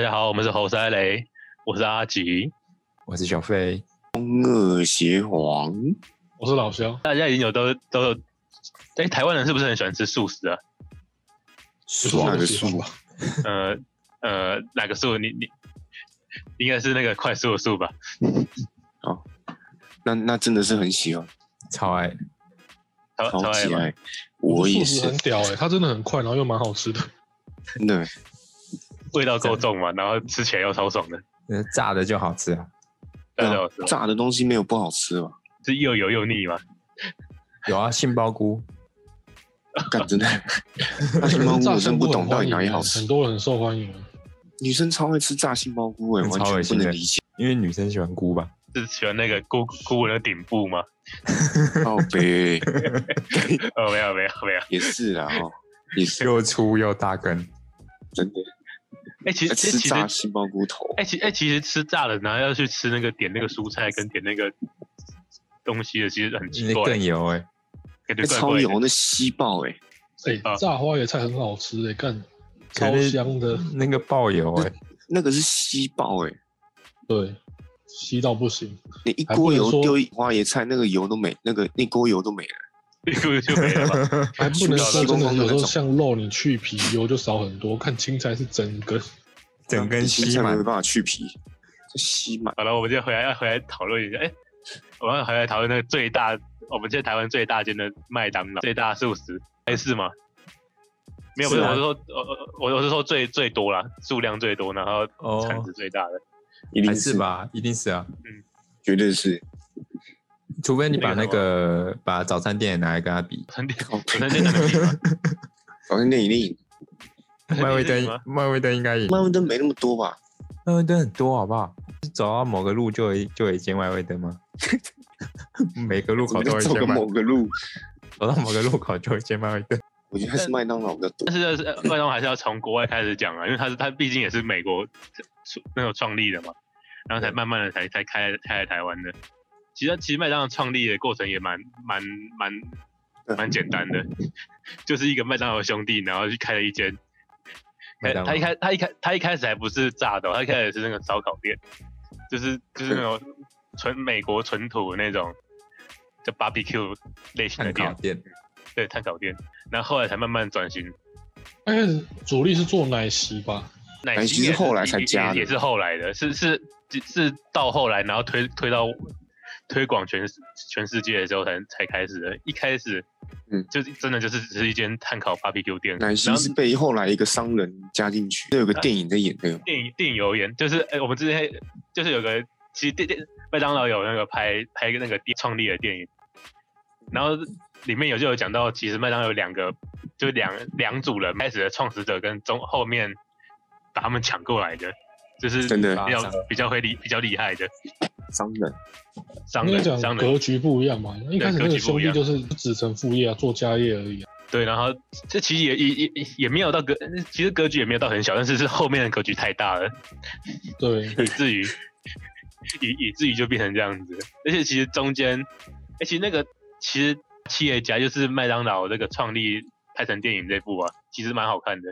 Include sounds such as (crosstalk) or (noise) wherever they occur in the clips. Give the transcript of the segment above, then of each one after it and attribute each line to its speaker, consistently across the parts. Speaker 1: 家好，我们是猴塞雷，我是阿吉。
Speaker 2: 我是小飞，
Speaker 3: 恶邪皇，
Speaker 4: 我是老肖，
Speaker 1: 大家已经有都都有，哎、台湾人是不是很喜欢吃素食啊？
Speaker 3: 爽的树
Speaker 4: 吧？
Speaker 1: 呃呃，哪个素？你你应该是那个快速的速吧？
Speaker 3: 那那真的是很喜欢，
Speaker 2: 超爱。
Speaker 1: 超
Speaker 3: 超
Speaker 1: 爱
Speaker 3: 级
Speaker 1: 吗？
Speaker 3: 爱。我也
Speaker 4: 素食
Speaker 3: 是
Speaker 4: 很，屌哎、它真的很快，然后又蛮好吃的。
Speaker 3: 真的
Speaker 1: 味道够重嘛，然后吃起来又超爽的，
Speaker 2: 呃炸的就好吃啊，
Speaker 1: 大家好吃吗
Speaker 3: 炸的东西没有不好吃吧？ (laughs)
Speaker 1: 是又油又腻嘛？
Speaker 2: 有啊，杏鲍菇，
Speaker 3: 干真的， (laughs) 那杏
Speaker 4: (laughs)
Speaker 3: 鲍菇我真不懂到底哪里好
Speaker 4: 很
Speaker 3: 吃。
Speaker 4: 多人受欢迎啊。
Speaker 3: 女生超爱吃炸杏鲍菇哎、
Speaker 2: 嗯
Speaker 3: 完
Speaker 2: 超恶
Speaker 3: 全不
Speaker 2: 心的
Speaker 3: 能理解。
Speaker 2: 因为女生喜欢菇吧？
Speaker 1: 是喜欢那个菇菇的顶部吗？
Speaker 3: 靠北
Speaker 1: 哦，没有没有没有，
Speaker 3: 也是啦哦，也是
Speaker 2: 又粗又大根，
Speaker 3: 真的
Speaker 1: 哎、其实其
Speaker 3: 吃
Speaker 1: 实其实
Speaker 3: 炸杏鲍菇头，
Speaker 1: 哎、其哎、其实吃炸的，然后要去吃那个点那个蔬菜跟点那个东西的，其实很奇
Speaker 2: 那
Speaker 1: 怪，
Speaker 2: 更油哎、
Speaker 1: 感觉
Speaker 3: 哎
Speaker 1: 怪
Speaker 3: 超
Speaker 1: 怪的。
Speaker 3: 油那吸爆哎、
Speaker 4: 哎、
Speaker 1: 啊
Speaker 4: 炸花椰菜很好吃哎、干
Speaker 2: 可
Speaker 4: 超
Speaker 2: 是
Speaker 4: 香的，
Speaker 2: 那个爆油哎、
Speaker 3: 那个是吸爆哎、
Speaker 4: 对，吸到不行。
Speaker 3: 你一
Speaker 4: 还不
Speaker 3: 锅
Speaker 4: 能
Speaker 3: 油
Speaker 4: 说
Speaker 3: 丢一花椰菜，那个油都没，那个那锅油都没了。
Speaker 1: 一锅就没了嘛。
Speaker 4: 还不能说
Speaker 3: 吸
Speaker 4: 真
Speaker 3: 光
Speaker 4: 的，
Speaker 3: 光的
Speaker 4: 有
Speaker 3: 那
Speaker 4: 时
Speaker 3: 种
Speaker 4: 候像肉你去皮油就少很多，看青菜是整根。
Speaker 2: 整根吸
Speaker 3: 菜
Speaker 2: 满
Speaker 3: 没。办法去皮，这吸满。
Speaker 1: 好了，我们就回来要回来讨论一下。哎、我们要回来讨论那个最大，我们现在台湾最大间的麦当劳，最大素食，哎、是吗？没有，不是，
Speaker 2: 是啊
Speaker 1: 我是说，我我我是说最最多啦，数量最多，然后
Speaker 2: 哦
Speaker 1: 产值最大的。
Speaker 3: 一定
Speaker 2: 还是？吧，一定是啊，
Speaker 3: 绝对是。
Speaker 2: 除非你把那个把早餐店也拿来跟他比，
Speaker 1: 餐厅，
Speaker 3: 靠北
Speaker 1: 餐厅能比吗？
Speaker 3: 早餐店一定，
Speaker 1: 肯定是
Speaker 2: 麦味登
Speaker 1: 吗
Speaker 2: 麦味登应该赢，
Speaker 3: 麦味登没那么多吧？
Speaker 2: 麦味登很多好不好？走到某个路就有一就有一间麦味登吗？ (laughs) 每个路口都有一
Speaker 3: 走
Speaker 2: 间
Speaker 3: 个
Speaker 2: 麦，
Speaker 3: 某个路，
Speaker 2: 走到某个路口就有一间麦味登。
Speaker 3: 我觉得还是麦当劳比较多
Speaker 1: 但。是呃麦当劳还是要从国外开始讲啊，因为它是它毕竟也是美国出那种创立的嘛，然后才慢慢的才才开开来台湾的。其实其实麦当劳创立的过程也蛮蛮蛮蛮简单的， (laughs) 就是一个麦当劳兄弟，然后去开了一间。
Speaker 2: 麦当劳
Speaker 1: 他一开他一开他一开始还不是炸的哦、他一开始是那个烧烤店，就是就是那种纯美国纯土那种，就 barbecue 类型的
Speaker 2: 汉
Speaker 1: 店
Speaker 2: 烤，店，
Speaker 1: 对碳烤店，然后后来才慢慢转型
Speaker 4: 哎、主力是做奶昔吧？
Speaker 1: 奶
Speaker 3: 奶昔
Speaker 1: 也
Speaker 3: 是后来才
Speaker 1: 也
Speaker 3: 加的
Speaker 1: 也是后来的，是是是到后来，然后推推到推广全世全世界的时候才才开始的。一开始，
Speaker 3: 嗯
Speaker 1: 就是真的就是只是一间碳烤 barbecue 店，
Speaker 3: 奶昔
Speaker 1: 然后
Speaker 3: 是被后来一个商人加进去，那有个电影在演那个，
Speaker 1: 电影电影有演，就是哎、我们之前就是有个其实电电麦当劳有那个拍拍那个电创立的电影，然后里面有就有讲到，其实麦当劳有两个就两两组人开始的创始者跟中后面把他们抢过来的，就是
Speaker 3: 真的
Speaker 1: 比较比较会厉比较厉害的
Speaker 3: 商人
Speaker 1: 商
Speaker 4: 应该
Speaker 1: 人
Speaker 4: 讲
Speaker 1: 商人
Speaker 4: 格局不一样嘛。一开始那个兄弟就是子承父业啊，做家业而已、啊。
Speaker 1: 对，然后这其实也也也也没有到格，其实格局也没有到很小，但是是后面的格局太大了。
Speaker 4: 对，
Speaker 1: 以至于以以至于就变成这样子。而且其实中间，哎、其实那个其实企业家就是麦当劳这个创立拍成电影这部啊，其实蛮好看的。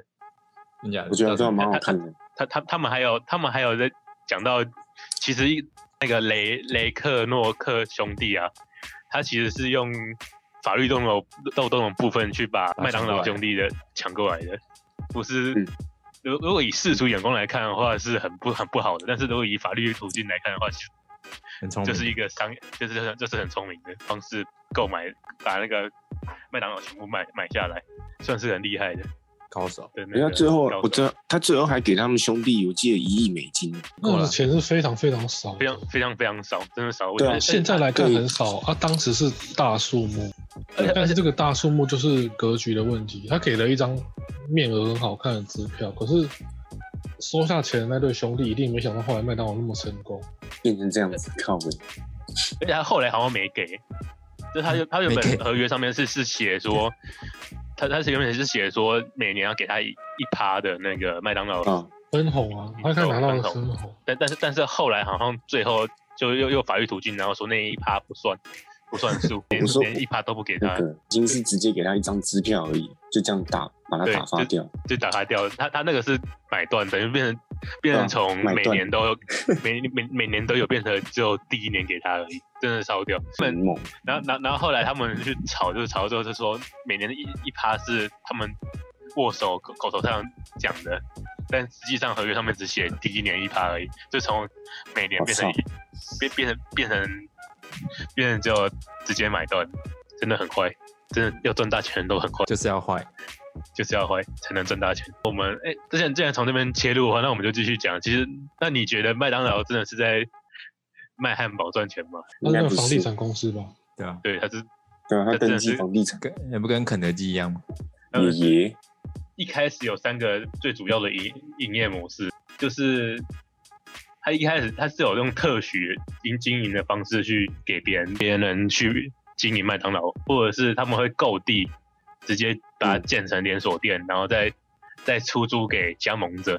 Speaker 2: 真假的
Speaker 3: 我觉得这样蛮好看的。
Speaker 1: 他他他们还有他们还有在讲到，其实一那个雷雷克诺克兄弟啊，他其实是用法律动手漏洞的部分去把麦当劳兄弟的抢过来的，不是
Speaker 3: 嗯。
Speaker 1: 如如果以世俗眼光来看的话，是很不很不好的。但是如果以法律途径来看的话，其实
Speaker 3: 嗯
Speaker 2: 很聪明，
Speaker 1: 就是一个商，就是就是就是很聪明的方式购买，把那个麦当劳全部买买下来，算是很厉害的。
Speaker 2: 高手。
Speaker 1: 对，那
Speaker 3: 人家
Speaker 1: 个
Speaker 3: 最后
Speaker 1: 高，手
Speaker 3: 我知道他最后还给他们兄弟，我记得一亿美金，
Speaker 4: 那个钱是非常非常少的
Speaker 1: 非常非常非常少，真的少。我
Speaker 3: 对啊
Speaker 1: 觉得
Speaker 4: 现在来看很少啊，当时是大数目，
Speaker 1: 而且
Speaker 4: 但是这个大数目就是格局的问题。他给了一张面额很好看的支票，可是收下钱的那对兄弟一定没想到后来麦当劳那么成功。
Speaker 3: 变成这样子，靠北。
Speaker 1: 而且他后来好像没给，就
Speaker 3: 嗯
Speaker 1: 他就他原
Speaker 2: 没
Speaker 1: 本
Speaker 2: 给
Speaker 1: 合约上面是是写说，他他是原本是写说每年要给他一一趴的那个麦当劳，
Speaker 3: 啊，
Speaker 4: 分红啊，他看拿到的分红，
Speaker 1: 但但是但是后来好像最后就又又法律途径，然后说那一趴不算，不算
Speaker 3: (laughs)
Speaker 1: 数，连
Speaker 3: 我说
Speaker 1: 连一趴都不给
Speaker 3: 那
Speaker 1: 他，
Speaker 3: 个已经是直接给他一张支票而已，就这样打把他
Speaker 1: 对
Speaker 3: 打发
Speaker 1: 就
Speaker 3: 掉。
Speaker 1: 就打他掉。他他那个是买断，等于变成变成
Speaker 3: 啊
Speaker 1: 从
Speaker 3: 买
Speaker 1: 每
Speaker 3: 断
Speaker 1: 年
Speaker 3: (laughs)
Speaker 1: 都有每每每年都有变成只有第一年给他而已，真的烧掉。他
Speaker 3: 很
Speaker 1: 们
Speaker 3: 猛，
Speaker 1: 然后然后然后后来他们去吵，就是吵到最后就说每年的一一趴是他们握手口口头上讲的，但实际上合约上面只写第一年一趴而已，就从每年
Speaker 3: 我
Speaker 1: 变成
Speaker 3: 操
Speaker 1: 一变变成变成变成就直接买断，真的很快，真的要赚大钱都很快。
Speaker 2: 就是要坏。
Speaker 1: 就是要会才能赚大钱。我们哎、之前之前从这边切入的话，那我们就继续讲。其实，那你觉得麦当劳真的是在卖汉堡赚钱吗？
Speaker 4: 那
Speaker 3: 应该
Speaker 4: 那个
Speaker 3: 不
Speaker 4: 房
Speaker 3: 是
Speaker 4: 地。产公司吧？
Speaker 2: 对啊，
Speaker 1: 对，它是
Speaker 3: 对啊，他
Speaker 1: 这真
Speaker 3: 登
Speaker 1: 的
Speaker 3: 记
Speaker 1: 是
Speaker 3: 房地产，
Speaker 2: 跟也不跟肯德基一样吗？
Speaker 1: 呃
Speaker 3: 爷爷
Speaker 1: 一开始有三个最主要的营营业模式，就是他一开始他是有用特许经经营的方式去给别人别人去经营麦当劳，或者是他们会购地，直接把它
Speaker 3: 嗯
Speaker 1: 建成连锁店，然后再再出租给加盟者，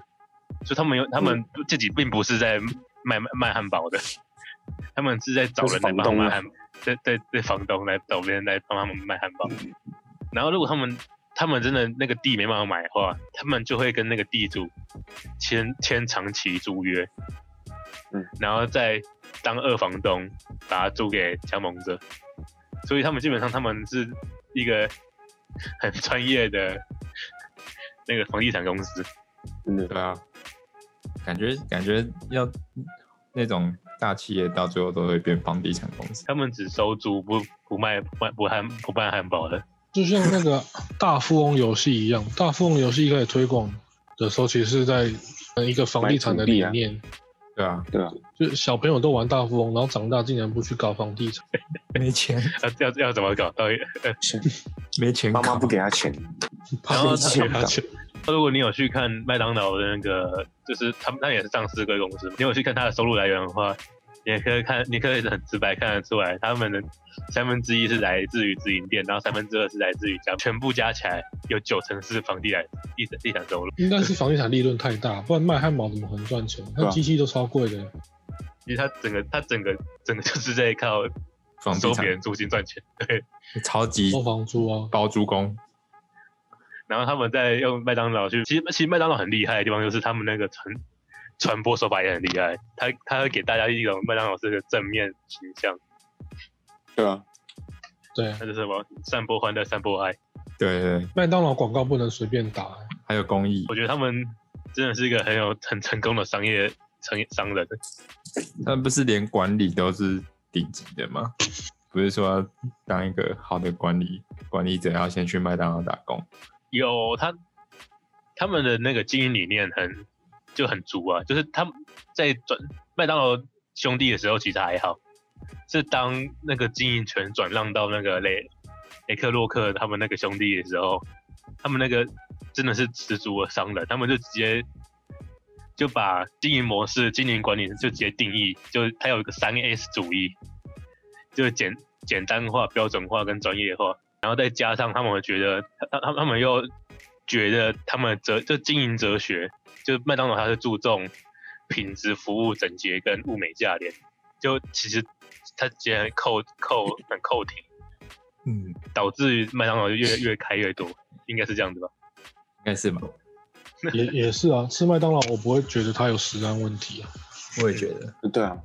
Speaker 1: 所以他们有他们自己并不是在卖卖卖汉堡的，他们是在找人来帮他们卖汉，对对对，房东来找别人来帮他们卖汉堡。然后如果他们他们真的那个地没办法买的话，他们就会跟那个地主签签长期租约，
Speaker 3: 嗯，
Speaker 1: 然后再当二房东把它租给加盟者，所以他们基本上他们是一个很专业的那个房地产公司，
Speaker 3: 真的
Speaker 2: 对啊，感觉感觉要那种大企业到最后都会变房地产公司。
Speaker 1: 他们只收租不不卖不卖不汉不卖汉堡的，
Speaker 4: 就像那个大富翁游戏一样，大富翁游戏一开始推广的时候，其实是在一个房地产的理念，
Speaker 2: 对啊，
Speaker 3: 对啊，
Speaker 4: 就是小朋友都玩大富翁，然后长大竟然不去搞房地产，
Speaker 2: 没钱，
Speaker 1: 要要要怎么搞？到底
Speaker 2: 没钱
Speaker 3: 妈
Speaker 2: 搞，
Speaker 3: 妈不给他钱，
Speaker 4: 怕
Speaker 1: 然后
Speaker 4: 没
Speaker 1: 他
Speaker 4: 钱拿钱。
Speaker 1: 如果你有去看麦当劳的那个，就是他们，他也是上市贵公司嘛，你有去看它的收入来源的话，你也可以看，你可以很直白看得出来，他们的三分之一是来自于直营店，然后三分之二是来自于家，全部加起来有九成是房地产地产地产收入。
Speaker 4: 应该是房地产利润太大，不然卖汉堡怎么可能赚钱？
Speaker 3: 对
Speaker 4: 那
Speaker 3: 啊
Speaker 4: 机器都超贵的，
Speaker 1: 其实它整个它整个整个就是在靠
Speaker 2: 房地
Speaker 1: 收
Speaker 2: 产
Speaker 1: 别人租哦金赚钱，
Speaker 2: 超级
Speaker 4: 收房租啊。
Speaker 2: 包租公，
Speaker 1: 然后他们在用麦当劳去，其实其实麦当劳很厉害的地方就是他们那个传传播手法也很厉害，他他会给大家一种麦当劳是个正面形象。
Speaker 3: 对啊，
Speaker 4: 对，
Speaker 1: 那就是什么散播欢乐、散播爱。
Speaker 2: 对对对，
Speaker 4: 麦当劳广告不能随便打、欸
Speaker 2: 还有公益
Speaker 1: 我，觉得他们真的是一个很有很成功的商业商业商人。
Speaker 2: 他们不是连管理都是顶级的
Speaker 1: (laughs)
Speaker 2: 吗？不是说要当一个好的管理管理者要先去麦当劳打工，
Speaker 1: 有他他们的那个经营理念很就很足啊，就是他们在转麦当劳兄弟的时候其实还好，是当那个经营权转让到那个雷雷克洛克他们那个兄弟的时候，他们那个真的是十足的商人，他们就直接。就把经营模式、经营管理就直接定义，就是它有一个三 S 主义，就是简简单化、标准化跟专业化。然后再加上他们觉得，他他他们又觉得他们哲就经营哲学，就麦当劳它是注重品质、服务、整洁跟物美价廉，就其实它既然扣扣很扣题，
Speaker 2: 嗯，应
Speaker 1: 导致麦当劳就越越开越多，应该是这样子吧？
Speaker 2: 该是吧？
Speaker 4: 也也是啊，吃麦当劳我不会觉得它有食安问题啊。
Speaker 2: 我也觉得，
Speaker 3: 对啊，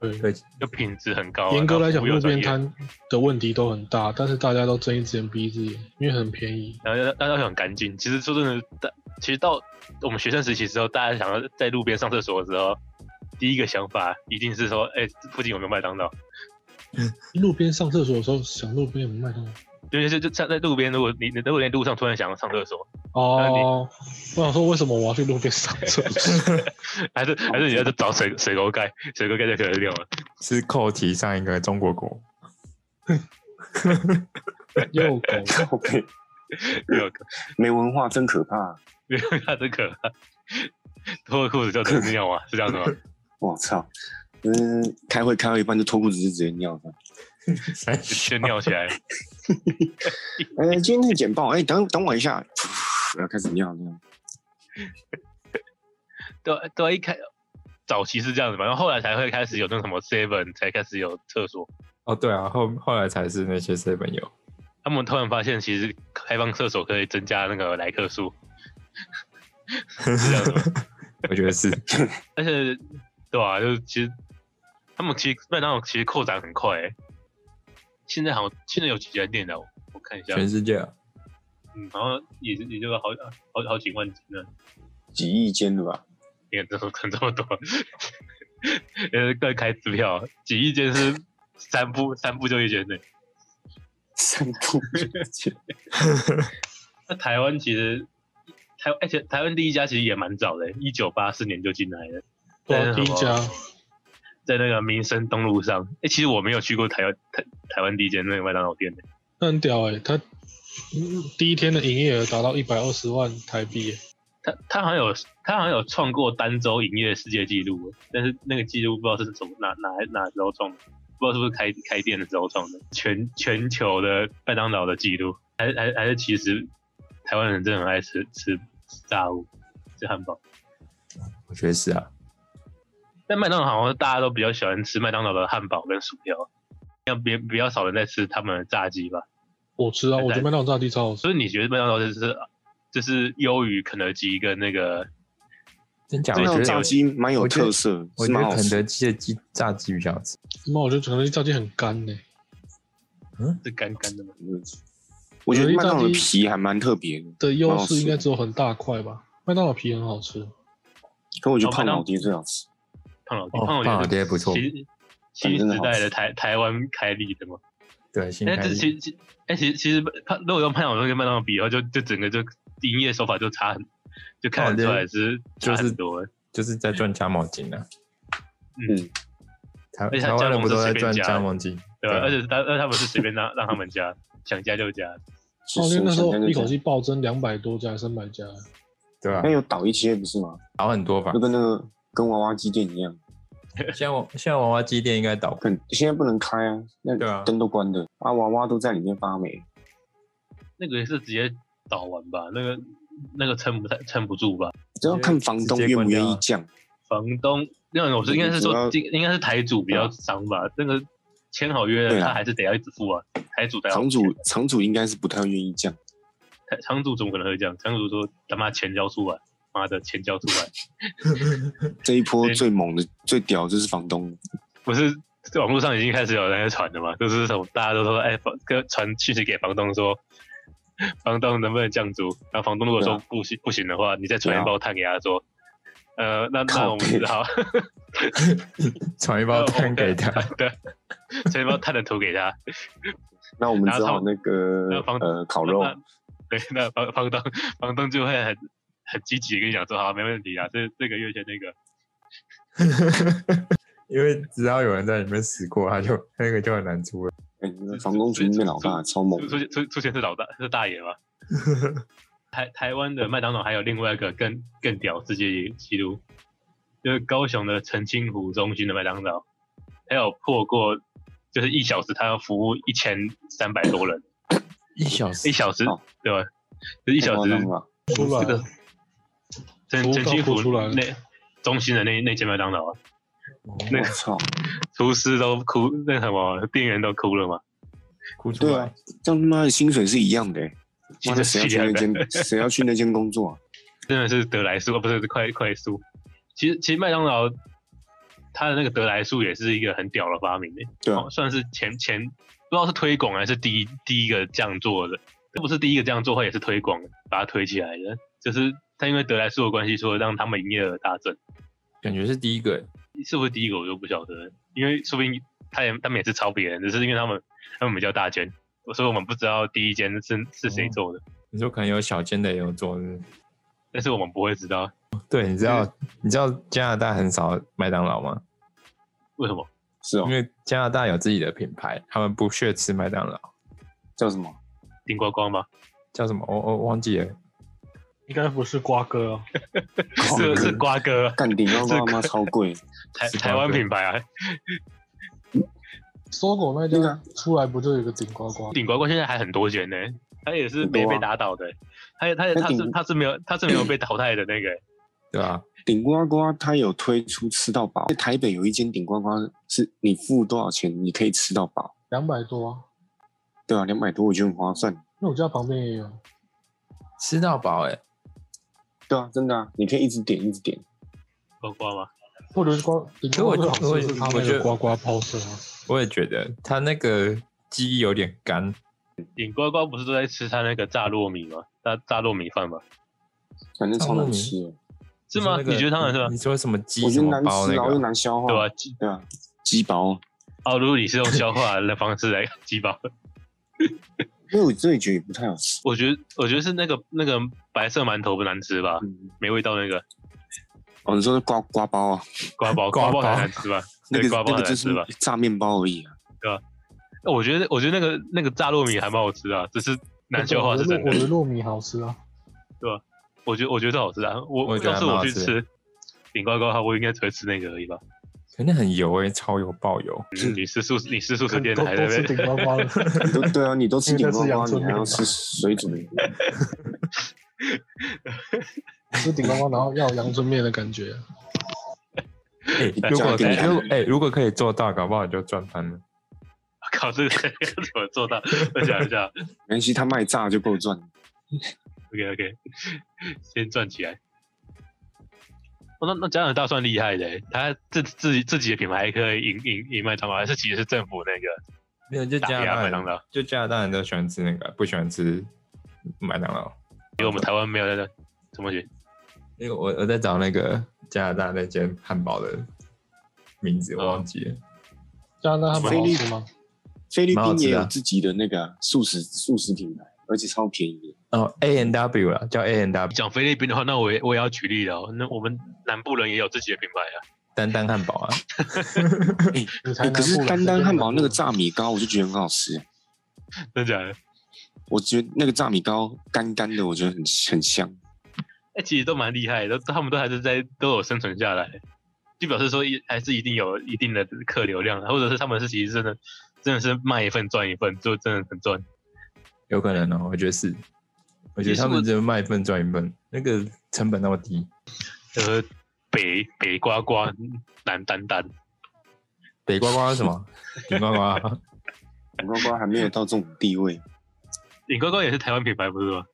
Speaker 4: 对，
Speaker 2: 对，
Speaker 1: 就品质很高啊、
Speaker 4: 严格来
Speaker 1: 然
Speaker 4: 讲，
Speaker 1: 后服务又
Speaker 4: 路
Speaker 1: 专
Speaker 4: 边
Speaker 1: 业，
Speaker 4: 摊的问题都很大，但是大家都睁一只眼闭一只眼，因为很便宜。
Speaker 1: 然后要大家很干净。其实说真的，大其实到我们学生时期之后，大家想要在路边上厕所的时候，第一个想法一定是说，哎、附近有没有麦当劳？
Speaker 4: 路边上厕所的时候想路边有麦当劳。
Speaker 1: 对，就就站在路边，如果你你如果在路上突然想要上厕所，
Speaker 4: 哦，我想说为什么我要去路边上厕所？ (laughs)
Speaker 1: 还是还是你要找水水沟盖，水沟盖就可以用了。
Speaker 2: 是扣题上一个中国国， (laughs)
Speaker 4: 遛狗，
Speaker 3: 靠背
Speaker 1: 有
Speaker 3: 没文化真可怕，
Speaker 1: 没有他真可怕，脱了裤子就直接尿啊，是这样子吗？
Speaker 3: 我操！嗯，开会开到一半就脱裤子就直接尿了。
Speaker 2: 三
Speaker 1: 就就尿起来了。
Speaker 3: 哎，今天那个简报，哎，等等我一下， (sniffs) 然后开始尿尿。
Speaker 1: 对啊对啊，一开早期是这样子嘛，然后后来才会开始有那什么 seven 才开始有厕所，
Speaker 2: 哦，对啊，后后来才是那些 seven 有，
Speaker 1: 他们突然发现，其实开放厕所可以增加那个来客数， (laughs) 是这样的吗？
Speaker 2: 我觉
Speaker 1: (laughs)
Speaker 2: 得是
Speaker 1: 而且，对吧、就是其实他们其实麦当劳其实扩展很快、欸，现在好像现在有几家店了？我我看一下，
Speaker 2: 全世界啊
Speaker 1: 嗯，好像也是也就好好好几万斤呢，
Speaker 3: 几亿间的吧？
Speaker 1: 也怎么可能这么多？呃，各开支票，几亿间是三步三步就一间的。
Speaker 3: 三部
Speaker 1: 那台湾其实台而且台湾第一家其实也蛮早的，一九八四年就进来了，
Speaker 4: 对
Speaker 1: 在那个
Speaker 4: 啊，第一家
Speaker 1: 在那个民生东路上。哎、其实我没有去过台湾台台湾第一间那个麦当劳店的，
Speaker 4: 那很屌哎、他嗯第一天的营业额达到一百二十万台币、欸，
Speaker 1: 他他好像有他好像有创过单周营业世界纪录，哦但是那个纪录不知道是什么哪哪哪时候创的，不知道是不是开开店的时候创的，全全球的麦当劳的纪录，还还还是其实台湾人真的很爱吃吃吃炸物，吃汉堡。
Speaker 2: 我觉得是啊，
Speaker 1: 但麦当劳好像大家都比较喜欢吃麦当劳的汉堡跟薯条，要别比较少人在吃他们的炸鸡吧。
Speaker 4: 我吃啊，
Speaker 1: 对
Speaker 4: 我觉得麦当劳炸鸡超好吃。
Speaker 1: 所以你觉得麦当劳就是就是优于肯德基跟那个
Speaker 2: 真假？
Speaker 3: 那
Speaker 2: 我觉
Speaker 3: 种
Speaker 2: 得
Speaker 3: 炸鸡蛮有特色，
Speaker 2: 我
Speaker 3: 是
Speaker 2: 觉
Speaker 3: 蛮
Speaker 2: 得
Speaker 3: 好
Speaker 2: 肯
Speaker 3: 吃。
Speaker 2: 德基的鸡炸鸡比较好吃，
Speaker 4: 妈，我觉得肯德基炸鸡很干呢、
Speaker 1: 是干干的吗？
Speaker 3: 我觉得
Speaker 4: 肯德基
Speaker 3: 麦当劳的
Speaker 4: 炸鸡
Speaker 3: 皮还蛮特别的，
Speaker 4: 的优
Speaker 3: 蛮好吃
Speaker 4: 势
Speaker 3: 的
Speaker 4: 应该只有很大块吧。麦当劳皮很好吃，
Speaker 3: 可我觉
Speaker 1: 哦
Speaker 3: 得
Speaker 1: 麦
Speaker 3: 胖
Speaker 1: 当
Speaker 3: 老爹最好吃。
Speaker 1: 胖老爹，
Speaker 2: 哦，
Speaker 1: 胖
Speaker 2: 胖
Speaker 1: 老
Speaker 2: 老
Speaker 1: 爹
Speaker 2: 爹不错，
Speaker 1: 新
Speaker 3: 哦
Speaker 1: 新时代的台台湾开立的嘛。
Speaker 2: 对，新
Speaker 1: 但
Speaker 2: 开
Speaker 1: 这
Speaker 2: 的
Speaker 1: 其实哎其实其实胖如果用麦当劳跟麦当劳比的话，就就整个就营业手法就差很，就看得出来是
Speaker 2: 哦就
Speaker 1: 差
Speaker 2: 是
Speaker 1: 很多。
Speaker 2: 就是在赚加盟金啊，
Speaker 1: 嗯，
Speaker 2: 台
Speaker 1: 且它
Speaker 2: 台湾人不都在
Speaker 1: 加盟是随便
Speaker 2: 赚
Speaker 1: 加的
Speaker 2: 加盟金？
Speaker 1: 对吧？
Speaker 2: 啊
Speaker 1: 而且他而他们是随便让让他们加，想加就加。
Speaker 3: 是
Speaker 4: 哦，因为那时候
Speaker 3: 是
Speaker 4: 一口气暴增两百多家、三百家，
Speaker 2: 对吧
Speaker 3: 那？有倒一些不是吗？
Speaker 2: 倒很多吧
Speaker 3: 就？跟那个跟娃娃机店一样，
Speaker 2: 现在我现在娃娃机店应该倒， (laughs)
Speaker 3: 可现在不能开啊，
Speaker 2: 对啊
Speaker 3: 那灯都关的，啊娃娃都在里面发霉。
Speaker 1: 那个也是直接倒完吧，那个那个撑不太撑不住吧。
Speaker 3: 这要看房东愿不愿意降。
Speaker 1: 房东，那我是应该是
Speaker 3: 主要啊
Speaker 1: 说，应应该是台主比较伤吧。那个签好约了，
Speaker 3: 对啊
Speaker 1: 他还是得要一直付啊。台主才要
Speaker 3: 厂主厂主应该是不太愿意降，
Speaker 1: 台厂主怎么可能会这样？厂主说他妈钱交出来，妈的钱交出来，
Speaker 3: 这一波
Speaker 1: 对
Speaker 3: 最猛的、最屌就是房东，
Speaker 1: 不是网络上已经开始有人在传了嘛？就是什么大家都说，哎，房跟传讯息给房东说，房东能不能降租？然后房东如果说
Speaker 3: 对啊
Speaker 1: 不行、不行的话，你再传
Speaker 3: 对
Speaker 1: 一
Speaker 3: 啊
Speaker 1: 包炭给他说，呃，那那
Speaker 3: 靠
Speaker 1: 我们只
Speaker 3: 背
Speaker 1: 好。
Speaker 2: 传一
Speaker 1: 哦
Speaker 2: 包炭给他，
Speaker 1: 对，所以包探的图给他，
Speaker 3: 那我们
Speaker 1: 然后
Speaker 3: 只好
Speaker 1: 他
Speaker 3: 那
Speaker 1: 那
Speaker 3: 个
Speaker 1: 房
Speaker 3: 呃烤肉，
Speaker 1: 那对，那房房东房东就会很很积极地跟你讲说，好，没问题啊，这这个月先那个，
Speaker 2: 因为只要有人在里面死过，他就那个就很难出了。
Speaker 3: 哎房东群里面老大超猛
Speaker 1: 出，出出出钱是老大是大爷
Speaker 3: (laughs)
Speaker 1: 嘛。台台湾的麦当劳还有另外一个更更屌世界纪录，就是高雄的澄清湖中心的麦当劳，还有破过，就是一小时他要服务一千三百多
Speaker 3: (laughs)
Speaker 1: 人，
Speaker 2: 一小时
Speaker 1: 一小时、
Speaker 3: 哦哎
Speaker 1: 对吧？就是一
Speaker 3: 太
Speaker 1: 小
Speaker 3: 夸
Speaker 1: 时
Speaker 3: 张了吧？
Speaker 4: 出来
Speaker 1: 这个
Speaker 4: 服
Speaker 1: 澄
Speaker 4: 务
Speaker 1: 澄
Speaker 4: 到
Speaker 1: 清
Speaker 4: 哭
Speaker 1: 湖
Speaker 4: 出来了
Speaker 1: 那中心的那那间麦当劳啊，那
Speaker 2: 哦
Speaker 3: 我
Speaker 1: 个
Speaker 3: 操，
Speaker 1: 厨师都哭，那什么店员都哭了嘛，
Speaker 2: 哭出
Speaker 3: 对
Speaker 2: 来
Speaker 3: 啊，，这样他妈的薪水是一样的、欸，
Speaker 1: 真
Speaker 3: 妈的
Speaker 1: 的
Speaker 3: 谁要去那间谁要去那间工作啊？
Speaker 1: 真的是德莱素，哦不是快快速。其实其实麦当劳它的那个德莱素也是一个很屌的发明、欸，
Speaker 3: 对啊
Speaker 1: 哦，算是前前不知道是推广还是第一第一个这样做的，这不是第一个这样做，它也是推广的把它推起来的，就是它因为德莱素的关系，说让他们营业额大增，
Speaker 2: 感觉是第一个，欸
Speaker 1: 是不是第一个我就不晓得了，因为说不定他也他们也是抄别人，只是因为他们他们比较大间，所以我们不知道第一间是是谁
Speaker 2: 哦
Speaker 1: 做的，
Speaker 2: 你说可能有小间的也有做，是不是
Speaker 1: 但是我们不会知道
Speaker 2: 对，你知道
Speaker 3: 嗯
Speaker 2: 你知道加拿大很少麦当劳吗？
Speaker 1: 为什么。
Speaker 3: 是哦
Speaker 1: 嗯
Speaker 2: 因，为加拿大有自己的品牌，他们不屑吃麦当劳，
Speaker 3: 叫什么？
Speaker 1: 丁呱呱吗？
Speaker 2: 叫什么？我我忘记了，
Speaker 4: 应该不是瓜哥啊，
Speaker 1: 是啊是瓜哥，
Speaker 3: 干顶呱
Speaker 1: 这
Speaker 3: 呱妈超
Speaker 1: (laughs)
Speaker 3: 贵，
Speaker 1: 台
Speaker 2: 是瓜哥
Speaker 1: 台湾品牌啊，
Speaker 4: 搜狗那
Speaker 3: 那
Speaker 4: 家
Speaker 3: 个
Speaker 4: 出来不就有一个顶呱呱？
Speaker 1: 顶呱呱现在还很多钱呢，他也是没
Speaker 3: 很多啊
Speaker 1: 被打倒的，他也他也
Speaker 3: 那
Speaker 1: 他是
Speaker 3: 顶
Speaker 1: 他是没有他是没有被淘汰的那个，
Speaker 2: 对吧？
Speaker 3: 顶呱呱它有推出吃到饱，在台北有一间顶呱呱是你付多少钱你可以吃到饱，
Speaker 4: 两百多啊，
Speaker 3: 对啊，两百多我觉得很划算，
Speaker 4: 因为我家旁边也有，
Speaker 2: 吃到饱哎、
Speaker 3: 对啊，真的啊，你可以一直点一直点，
Speaker 1: 呱呱吗？
Speaker 4: 或者是呱，顶
Speaker 2: 可我
Speaker 4: 呱呱最好吃的是他
Speaker 2: 我
Speaker 4: 那
Speaker 2: 觉
Speaker 4: 个
Speaker 2: 得
Speaker 4: 呱呱泡车啊，
Speaker 2: 我也觉得它那个鸡有点干，
Speaker 1: 顶呱呱不是都在吃他那个炸糯米吗？炸炸糯米饭吧？
Speaker 3: 反正超
Speaker 2: 啊那
Speaker 3: 难
Speaker 2: 你
Speaker 3: 吃的，
Speaker 1: 是吗？
Speaker 2: 你说那个嗯
Speaker 1: 你觉得他们是吧？
Speaker 2: 你说什么鸡
Speaker 3: 我觉
Speaker 2: 什
Speaker 3: 得
Speaker 2: 么
Speaker 3: 难
Speaker 2: 包
Speaker 3: 吃，
Speaker 2: 那
Speaker 3: 然后又
Speaker 2: 个？
Speaker 3: 难消化，
Speaker 1: 对吧？鸡
Speaker 3: 对啊，鸡薄，
Speaker 1: 哦，如果你是用消化的方式来鸡饱，
Speaker 3: 因为我真的觉得不太好吃，
Speaker 1: 我觉得我觉得是那个那个白色馒头不难吃吧？
Speaker 3: 嗯，
Speaker 1: 没味道那个
Speaker 3: 哦，你说刮刮包啊，
Speaker 1: 瓜包
Speaker 2: 瓜
Speaker 1: 瓜包
Speaker 2: 包
Speaker 1: 才难吃吧？
Speaker 3: 那
Speaker 1: 对
Speaker 3: 个
Speaker 1: 瓜包
Speaker 3: 那
Speaker 1: 才
Speaker 3: 个就
Speaker 1: 难
Speaker 3: 是
Speaker 1: 吃吧？
Speaker 3: 炸面包而
Speaker 2: (laughs)
Speaker 3: 已啊，
Speaker 1: 我觉得我觉得那个那个炸糯米还蛮好吃的啊，只是难消化是真
Speaker 4: 我
Speaker 1: 的。
Speaker 4: 觉得糯米好吃啊，
Speaker 1: 我觉得我觉得好吃啊，我
Speaker 2: 我觉得
Speaker 1: 要
Speaker 2: 还
Speaker 1: 是
Speaker 2: 蛮
Speaker 1: 我
Speaker 2: 好
Speaker 1: 去
Speaker 2: 吃的
Speaker 1: 吃顶呱呱的话，我应该只会吃那个而已吧？
Speaker 2: 肯定很油哎、超油爆油。
Speaker 1: 嗯你吃素你吃素食店
Speaker 4: 都
Speaker 1: 还在
Speaker 4: 都
Speaker 1: 那
Speaker 4: 吃
Speaker 1: 边
Speaker 4: 顶呱呱了，
Speaker 3: 你都对啊，你都吃
Speaker 4: 因
Speaker 3: 顶
Speaker 4: 为那
Speaker 3: 呱
Speaker 4: 是阳
Speaker 3: 呱，
Speaker 4: 春
Speaker 3: 你还
Speaker 4: 面
Speaker 3: 要
Speaker 4: 嘛
Speaker 3: 吃水
Speaker 4: (laughs)
Speaker 3: 煮面，
Speaker 4: 吃顶呱呱然后要有阳春面的感觉，啊
Speaker 2: 哎、
Speaker 3: (laughs) 你
Speaker 2: 如果
Speaker 3: 加点
Speaker 2: 哎如果哎、如果可以做到，搞不好你就赚翻了。
Speaker 1: (laughs) 靠，这个怎么做到？我想一下
Speaker 3: 没关系，他卖炸就够赚了。
Speaker 1: ，OK OK，先转起来。哦、那那加拿大算厉害的欸，他自自己自己的品牌还可以赢赢赢麦当劳，还是其实是政府那个
Speaker 2: 没有，就
Speaker 1: 打
Speaker 2: 加
Speaker 1: 压
Speaker 2: 拿
Speaker 1: 麦
Speaker 2: 大
Speaker 1: 当
Speaker 2: 人，
Speaker 1: 劳，
Speaker 2: 就加拿大人都喜欢吃那个，啊不喜欢吃麦当劳。
Speaker 1: 因为我们台湾没有那个什么学
Speaker 2: 因为我我在找那个加拿大那间汉堡的名字，
Speaker 1: 哦
Speaker 2: 我忘记了。
Speaker 4: 加拿大汉堡好吃吗？
Speaker 3: 菲律
Speaker 2: 蛮好
Speaker 3: 宾
Speaker 2: 吃
Speaker 3: 也
Speaker 2: 的
Speaker 3: 有
Speaker 2: 啊
Speaker 3: 自己的那个啊素食素食品牌，而且超便宜。
Speaker 2: 哦，A N W 啦，叫 A N W
Speaker 1: 讲菲律宾的话，那我也我也要举例了、哦。那我们南部人也有自己的品牌啊，
Speaker 2: 丹丹汉堡啊，
Speaker 4: 你才
Speaker 3: 欸可是
Speaker 4: 南部
Speaker 3: 丹
Speaker 4: 人
Speaker 3: 丹汉堡那个，
Speaker 4: 谁
Speaker 3: 炸米糕，我就觉得很好吃。
Speaker 1: 啊真的假的？
Speaker 3: 我觉得那个炸米糕干干的，我觉得很很香。
Speaker 1: 哎、其实都蛮厉害的，都他们都还是在都有生存下来，就表示说一还是一定有一定的客流量，啊或者是他们是其实真的真的是卖一份赚一份，就真的很赚。
Speaker 2: 有可能哦，我觉得是。我觉得他们只卖一份赚一份，那个成本那么低。
Speaker 1: 呃，北北瓜瓜，南丹丹，
Speaker 2: 北瓜瓜是什么？顶呱呱啊，
Speaker 3: 顶呱呱还没有到这种地位，
Speaker 1: 顶呱呱也是台湾品牌不是吗？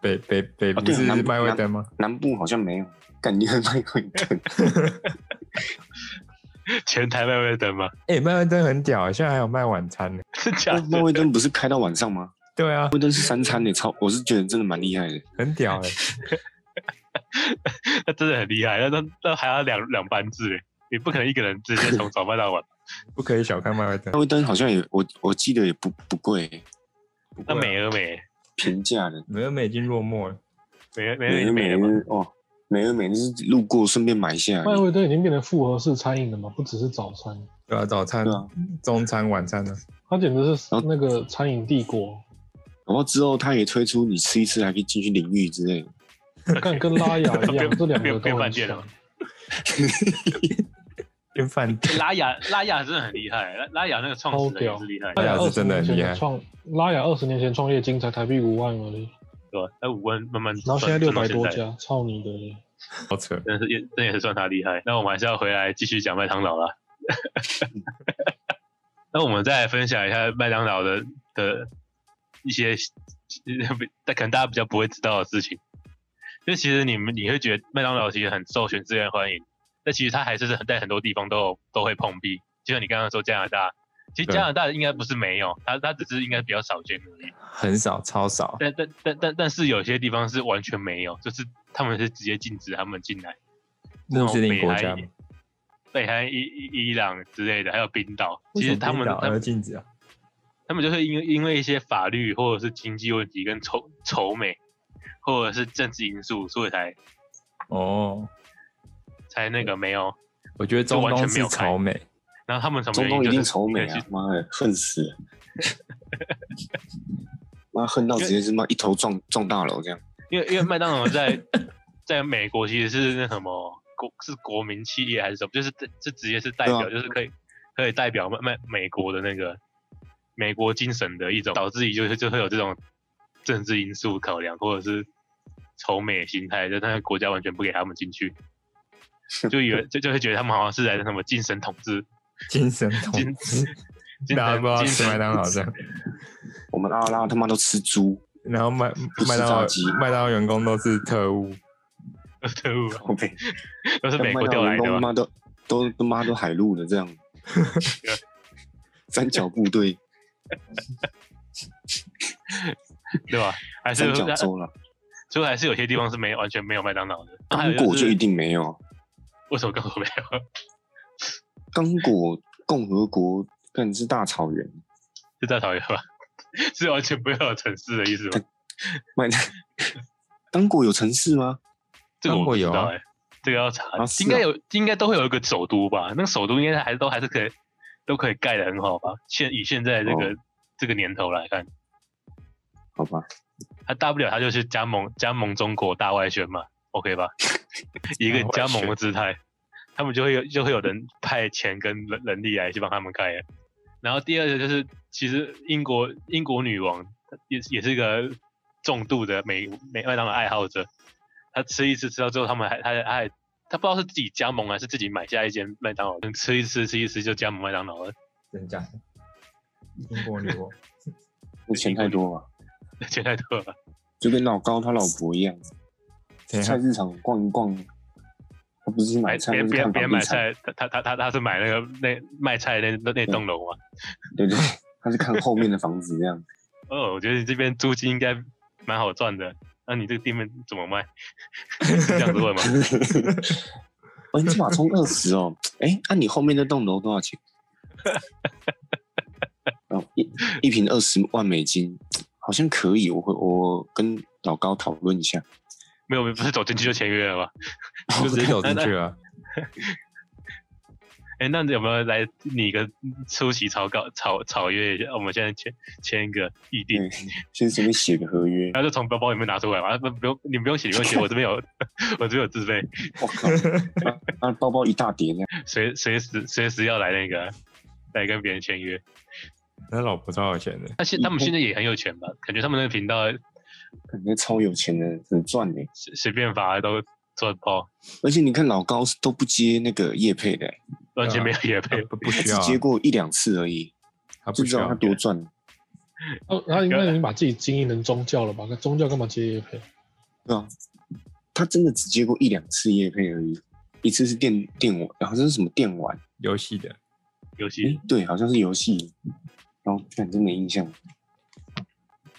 Speaker 2: 北北北
Speaker 3: 哦
Speaker 2: 不
Speaker 3: 对
Speaker 2: 是
Speaker 3: 南部
Speaker 2: 卖外灯吗？
Speaker 3: 南部好像没有。感觉麦克顿，
Speaker 1: 全台卖味登吗？
Speaker 2: 哎，卖外灯很屌，现在还有卖晚餐呢。
Speaker 1: 是
Speaker 3: (laughs)
Speaker 1: 假的？
Speaker 3: 麦克顿不是开到晚上吗？
Speaker 2: 对啊，
Speaker 3: 麦克顿是三餐的，超我是觉得真的蛮厉害的。
Speaker 2: 很屌哎。
Speaker 1: 那真的很厉害，那那那还要两两班制欸，你不可能一个人直接从早卖到晚。
Speaker 2: 不可以小看麦味登
Speaker 3: 麦。克顿好像也我我记得也不不贵，
Speaker 2: 不过
Speaker 1: 那
Speaker 2: 啊
Speaker 1: 美而美，
Speaker 3: 平价的。
Speaker 2: 美而美已经落寞欸了，
Speaker 1: 美而美而美就
Speaker 3: 美
Speaker 1: 没
Speaker 3: 美
Speaker 1: 了嘛，
Speaker 3: 哦，美而美就是路过顺便买一下而
Speaker 4: 麦
Speaker 3: 已。
Speaker 4: 味登已经变成复合式餐饮了嘛，不只是早餐，
Speaker 2: 对啊，早餐
Speaker 3: 对、啊，
Speaker 2: 中餐、晚餐呢？
Speaker 4: 它简直是
Speaker 3: 然后
Speaker 4: 那个餐饮
Speaker 3: (laughs)
Speaker 4: 帝国，
Speaker 3: 然后之后他也推出你吃一次还可以进去淋浴之类的。
Speaker 4: 干跟拉雅一样，
Speaker 1: 变
Speaker 4: 这两个
Speaker 1: 变
Speaker 4: 都
Speaker 1: 变
Speaker 4: 很
Speaker 1: 饭店
Speaker 4: 强
Speaker 1: 了。
Speaker 2: 跟饭店。 (laughs)
Speaker 1: 拉雅拉雅真的很厉害，拉拉雅那个创始人也是厉害，
Speaker 2: 屌
Speaker 1: 对
Speaker 2: 拉雅
Speaker 4: 拉雅二
Speaker 2: 是
Speaker 4: 十
Speaker 2: 真的
Speaker 4: 年
Speaker 2: 很厉害
Speaker 4: 前创，拉雅二十年前创业金才台币五万而已，
Speaker 1: 吧？哎，五万慢慢
Speaker 4: 然后
Speaker 1: 赚，
Speaker 4: 现在六
Speaker 1: 赚
Speaker 4: 百
Speaker 1: 到
Speaker 4: 多
Speaker 1: 现在，
Speaker 4: 家，操你的嘞！
Speaker 2: 好扯，
Speaker 1: 真的是也真的也是算他厉害。那我们还是要回来继续讲麦当劳啦。
Speaker 4: 嗯
Speaker 1: (laughs) 那我们再来分享一下麦当劳的的一些，但可能大家比较不会知道的事情。就其实你们你会觉得麦当劳其实很受全世界欢迎，但其实它还是很在很多地方都有都会碰壁。就像你刚刚说加拿大，其实
Speaker 2: 对
Speaker 1: 加拿大应该不是没有，它它只是应该比较少见而已。
Speaker 2: 很少，超少。
Speaker 1: 但但但但但是有些地方是完全没有，就是他们是直接禁止他们进来。
Speaker 2: 穆斯林国
Speaker 1: 这
Speaker 2: 家
Speaker 1: 种，北韩、伊伊伊朗之类的，还有冰岛，
Speaker 2: 为
Speaker 1: 其
Speaker 2: 什
Speaker 1: 实
Speaker 2: 么
Speaker 1: 他们
Speaker 2: 冰岛
Speaker 1: 他
Speaker 2: 要
Speaker 1: 们
Speaker 2: 禁止啊。
Speaker 1: 他们就是因为因为一些法律或者是经济问题跟仇仇美，或者是政治因素，所以才
Speaker 2: 哦，
Speaker 1: 才那个没有。
Speaker 2: 我觉得中
Speaker 1: 就完
Speaker 2: 东
Speaker 1: 全没
Speaker 2: 是
Speaker 1: 有开
Speaker 2: 朝美，
Speaker 1: 然后他们什么
Speaker 3: 中
Speaker 1: 原因
Speaker 3: 东一
Speaker 1: 就是
Speaker 3: 定仇美
Speaker 1: 一个
Speaker 3: 啊
Speaker 1: 是！
Speaker 3: 妈的，恨死了！ (laughs) 妈恨到直接是妈一头撞撞大楼这样。
Speaker 1: 因为因为麦当劳在在美国其实是那什么国是国民企业还是什么，就是这直接是代表，
Speaker 3: 对啊
Speaker 1: 就是可以可以代表麦麦美国的那个美国精神的一种，导致于就是就会有这种
Speaker 3: (laughs)
Speaker 1: 政治因素考量，或者是仇美心态，就他那个国家完全不给他们进去。就以为就就会觉得他们好像是来什么精神统治，(laughs)
Speaker 2: 精神统治，
Speaker 1: 精
Speaker 3: 啊
Speaker 2: 大家不
Speaker 1: 神
Speaker 2: 知道
Speaker 1: 精
Speaker 2: 吃麦
Speaker 1: 神
Speaker 2: 当劳这样，
Speaker 3: 我们阿拉他妈都吃猪，
Speaker 2: 然后麦
Speaker 3: 不吃
Speaker 2: 麦当
Speaker 3: 炸
Speaker 2: 劳
Speaker 3: 鸡
Speaker 2: 麦当劳员工都是特务，
Speaker 1: 特务啊
Speaker 3: 靠北
Speaker 1: 都是美国
Speaker 3: 麦
Speaker 1: 调
Speaker 3: 当劳
Speaker 1: 来
Speaker 3: 员
Speaker 1: 的吧？
Speaker 3: 工他妈都都他妈都海陆的这样，三角部队、
Speaker 1: 对吧？ (laughs) 还是
Speaker 3: 三角洲了，
Speaker 1: 所以还是有些地方是没有完全没有麦当劳的。还有是
Speaker 3: 刚啊果就一定没有，啊
Speaker 1: 为什么刚果没有？ (laughs)
Speaker 3: 刚果共和国更是大草原，
Speaker 1: 是在桃园吧？ (laughs) 是完全不要有城市的意思吗？
Speaker 3: 麦当刚果有城市吗？
Speaker 1: 这个
Speaker 2: 当
Speaker 1: 我不
Speaker 2: 过
Speaker 1: 知
Speaker 2: 有
Speaker 1: 道
Speaker 2: 啊
Speaker 1: 哎、这个要查，
Speaker 3: 啊是
Speaker 1: 应该
Speaker 3: 啊
Speaker 1: 有，应该都会有一个首都吧？那个首都应该还都还是可以，都可以盖的很好吧？现以现在这个、这个年头来看，
Speaker 3: 好吧，
Speaker 1: 他啊大不了他就去加盟加盟中国大外宣嘛，OK 吧？ (laughs) 一个加盟的姿态，他们就会有就会有人派钱跟人人力来去帮他们盖了。然后第二个就是，其实英国英国女王也也是一个重度的美美麦当劳爱好者，她吃一次吃到最后，他们还还还她不知道是自己加盟还是自己买下一间麦当劳，吃一吃吃一吃就加盟麦当劳了， (laughs)
Speaker 2: 真假的？英国
Speaker 3: (laughs)
Speaker 2: 女王，
Speaker 3: 那钱太多了，
Speaker 1: 钱太多了。
Speaker 3: 就跟老高他老婆一样，
Speaker 2: 等一下
Speaker 3: 菜市场逛一逛，他不是去买
Speaker 1: 买
Speaker 3: 菜，
Speaker 1: 别
Speaker 3: 他是
Speaker 1: 别
Speaker 3: 看
Speaker 1: 别
Speaker 3: 房
Speaker 1: 买
Speaker 3: 地产，
Speaker 1: 菜，他他他他他是买那个那卖菜的那那那栋楼嘛。
Speaker 3: 对对，对他是看后面的房子这样。
Speaker 1: 哦，我觉得你这边租金应该蛮好赚的。那、你这个店面怎么卖？是这样子问吗？ (laughs)
Speaker 3: (laughs) 哦，你这把充二十哦，哎，那、你后面那栋楼多少钱？哦，一一瓶二十万美金，好像可以，我会我跟老高讨论一下。
Speaker 1: 没有，不是走进去就签约了吗？
Speaker 2: 就直接走进去
Speaker 3: 啊
Speaker 2: (laughs) 了。
Speaker 1: 哎，那你有没有来拟一个出席草稿草草约一下？我们现在签签一个议定，
Speaker 3: 对，先随便写个合约。
Speaker 1: 然后就从包包里面拿出来嘛。啊不，不用，你不用写，你不用写，我这边有， (laughs) 我这边有自备，
Speaker 3: 我靠，
Speaker 2: (laughs)
Speaker 3: 那包包一大叠那样，
Speaker 1: 随随时随时要来那个来跟别人签约。
Speaker 2: 他老婆超有钱的，
Speaker 1: 他
Speaker 3: 嗯
Speaker 1: 现他们现在也很有钱吧？感觉他们那个频道
Speaker 3: 感觉超有钱的，很赚的。
Speaker 1: 随随便发都赚爆，
Speaker 3: 而且你看老高都不接那个叶配的，
Speaker 1: 完全没有也配。
Speaker 2: 不不
Speaker 3: 他
Speaker 2: 需
Speaker 3: 只
Speaker 2: 要啊，
Speaker 3: 接过一两次而已，
Speaker 2: 他
Speaker 3: 就
Speaker 2: 不
Speaker 3: 知
Speaker 2: 需
Speaker 3: 道他
Speaker 2: 要。
Speaker 3: 多赚。
Speaker 4: 他哦他应该已经把自己经营成宗教了吧？那宗教干嘛接业
Speaker 3: (laughs)
Speaker 4: 配？
Speaker 3: 对啊，他真的只接过一两次叶配而已，一次是电电玩，好像是什么电玩，
Speaker 2: 游戏的，
Speaker 1: 游戏、
Speaker 3: 诶，对，好像是游戏，然后看真没印象，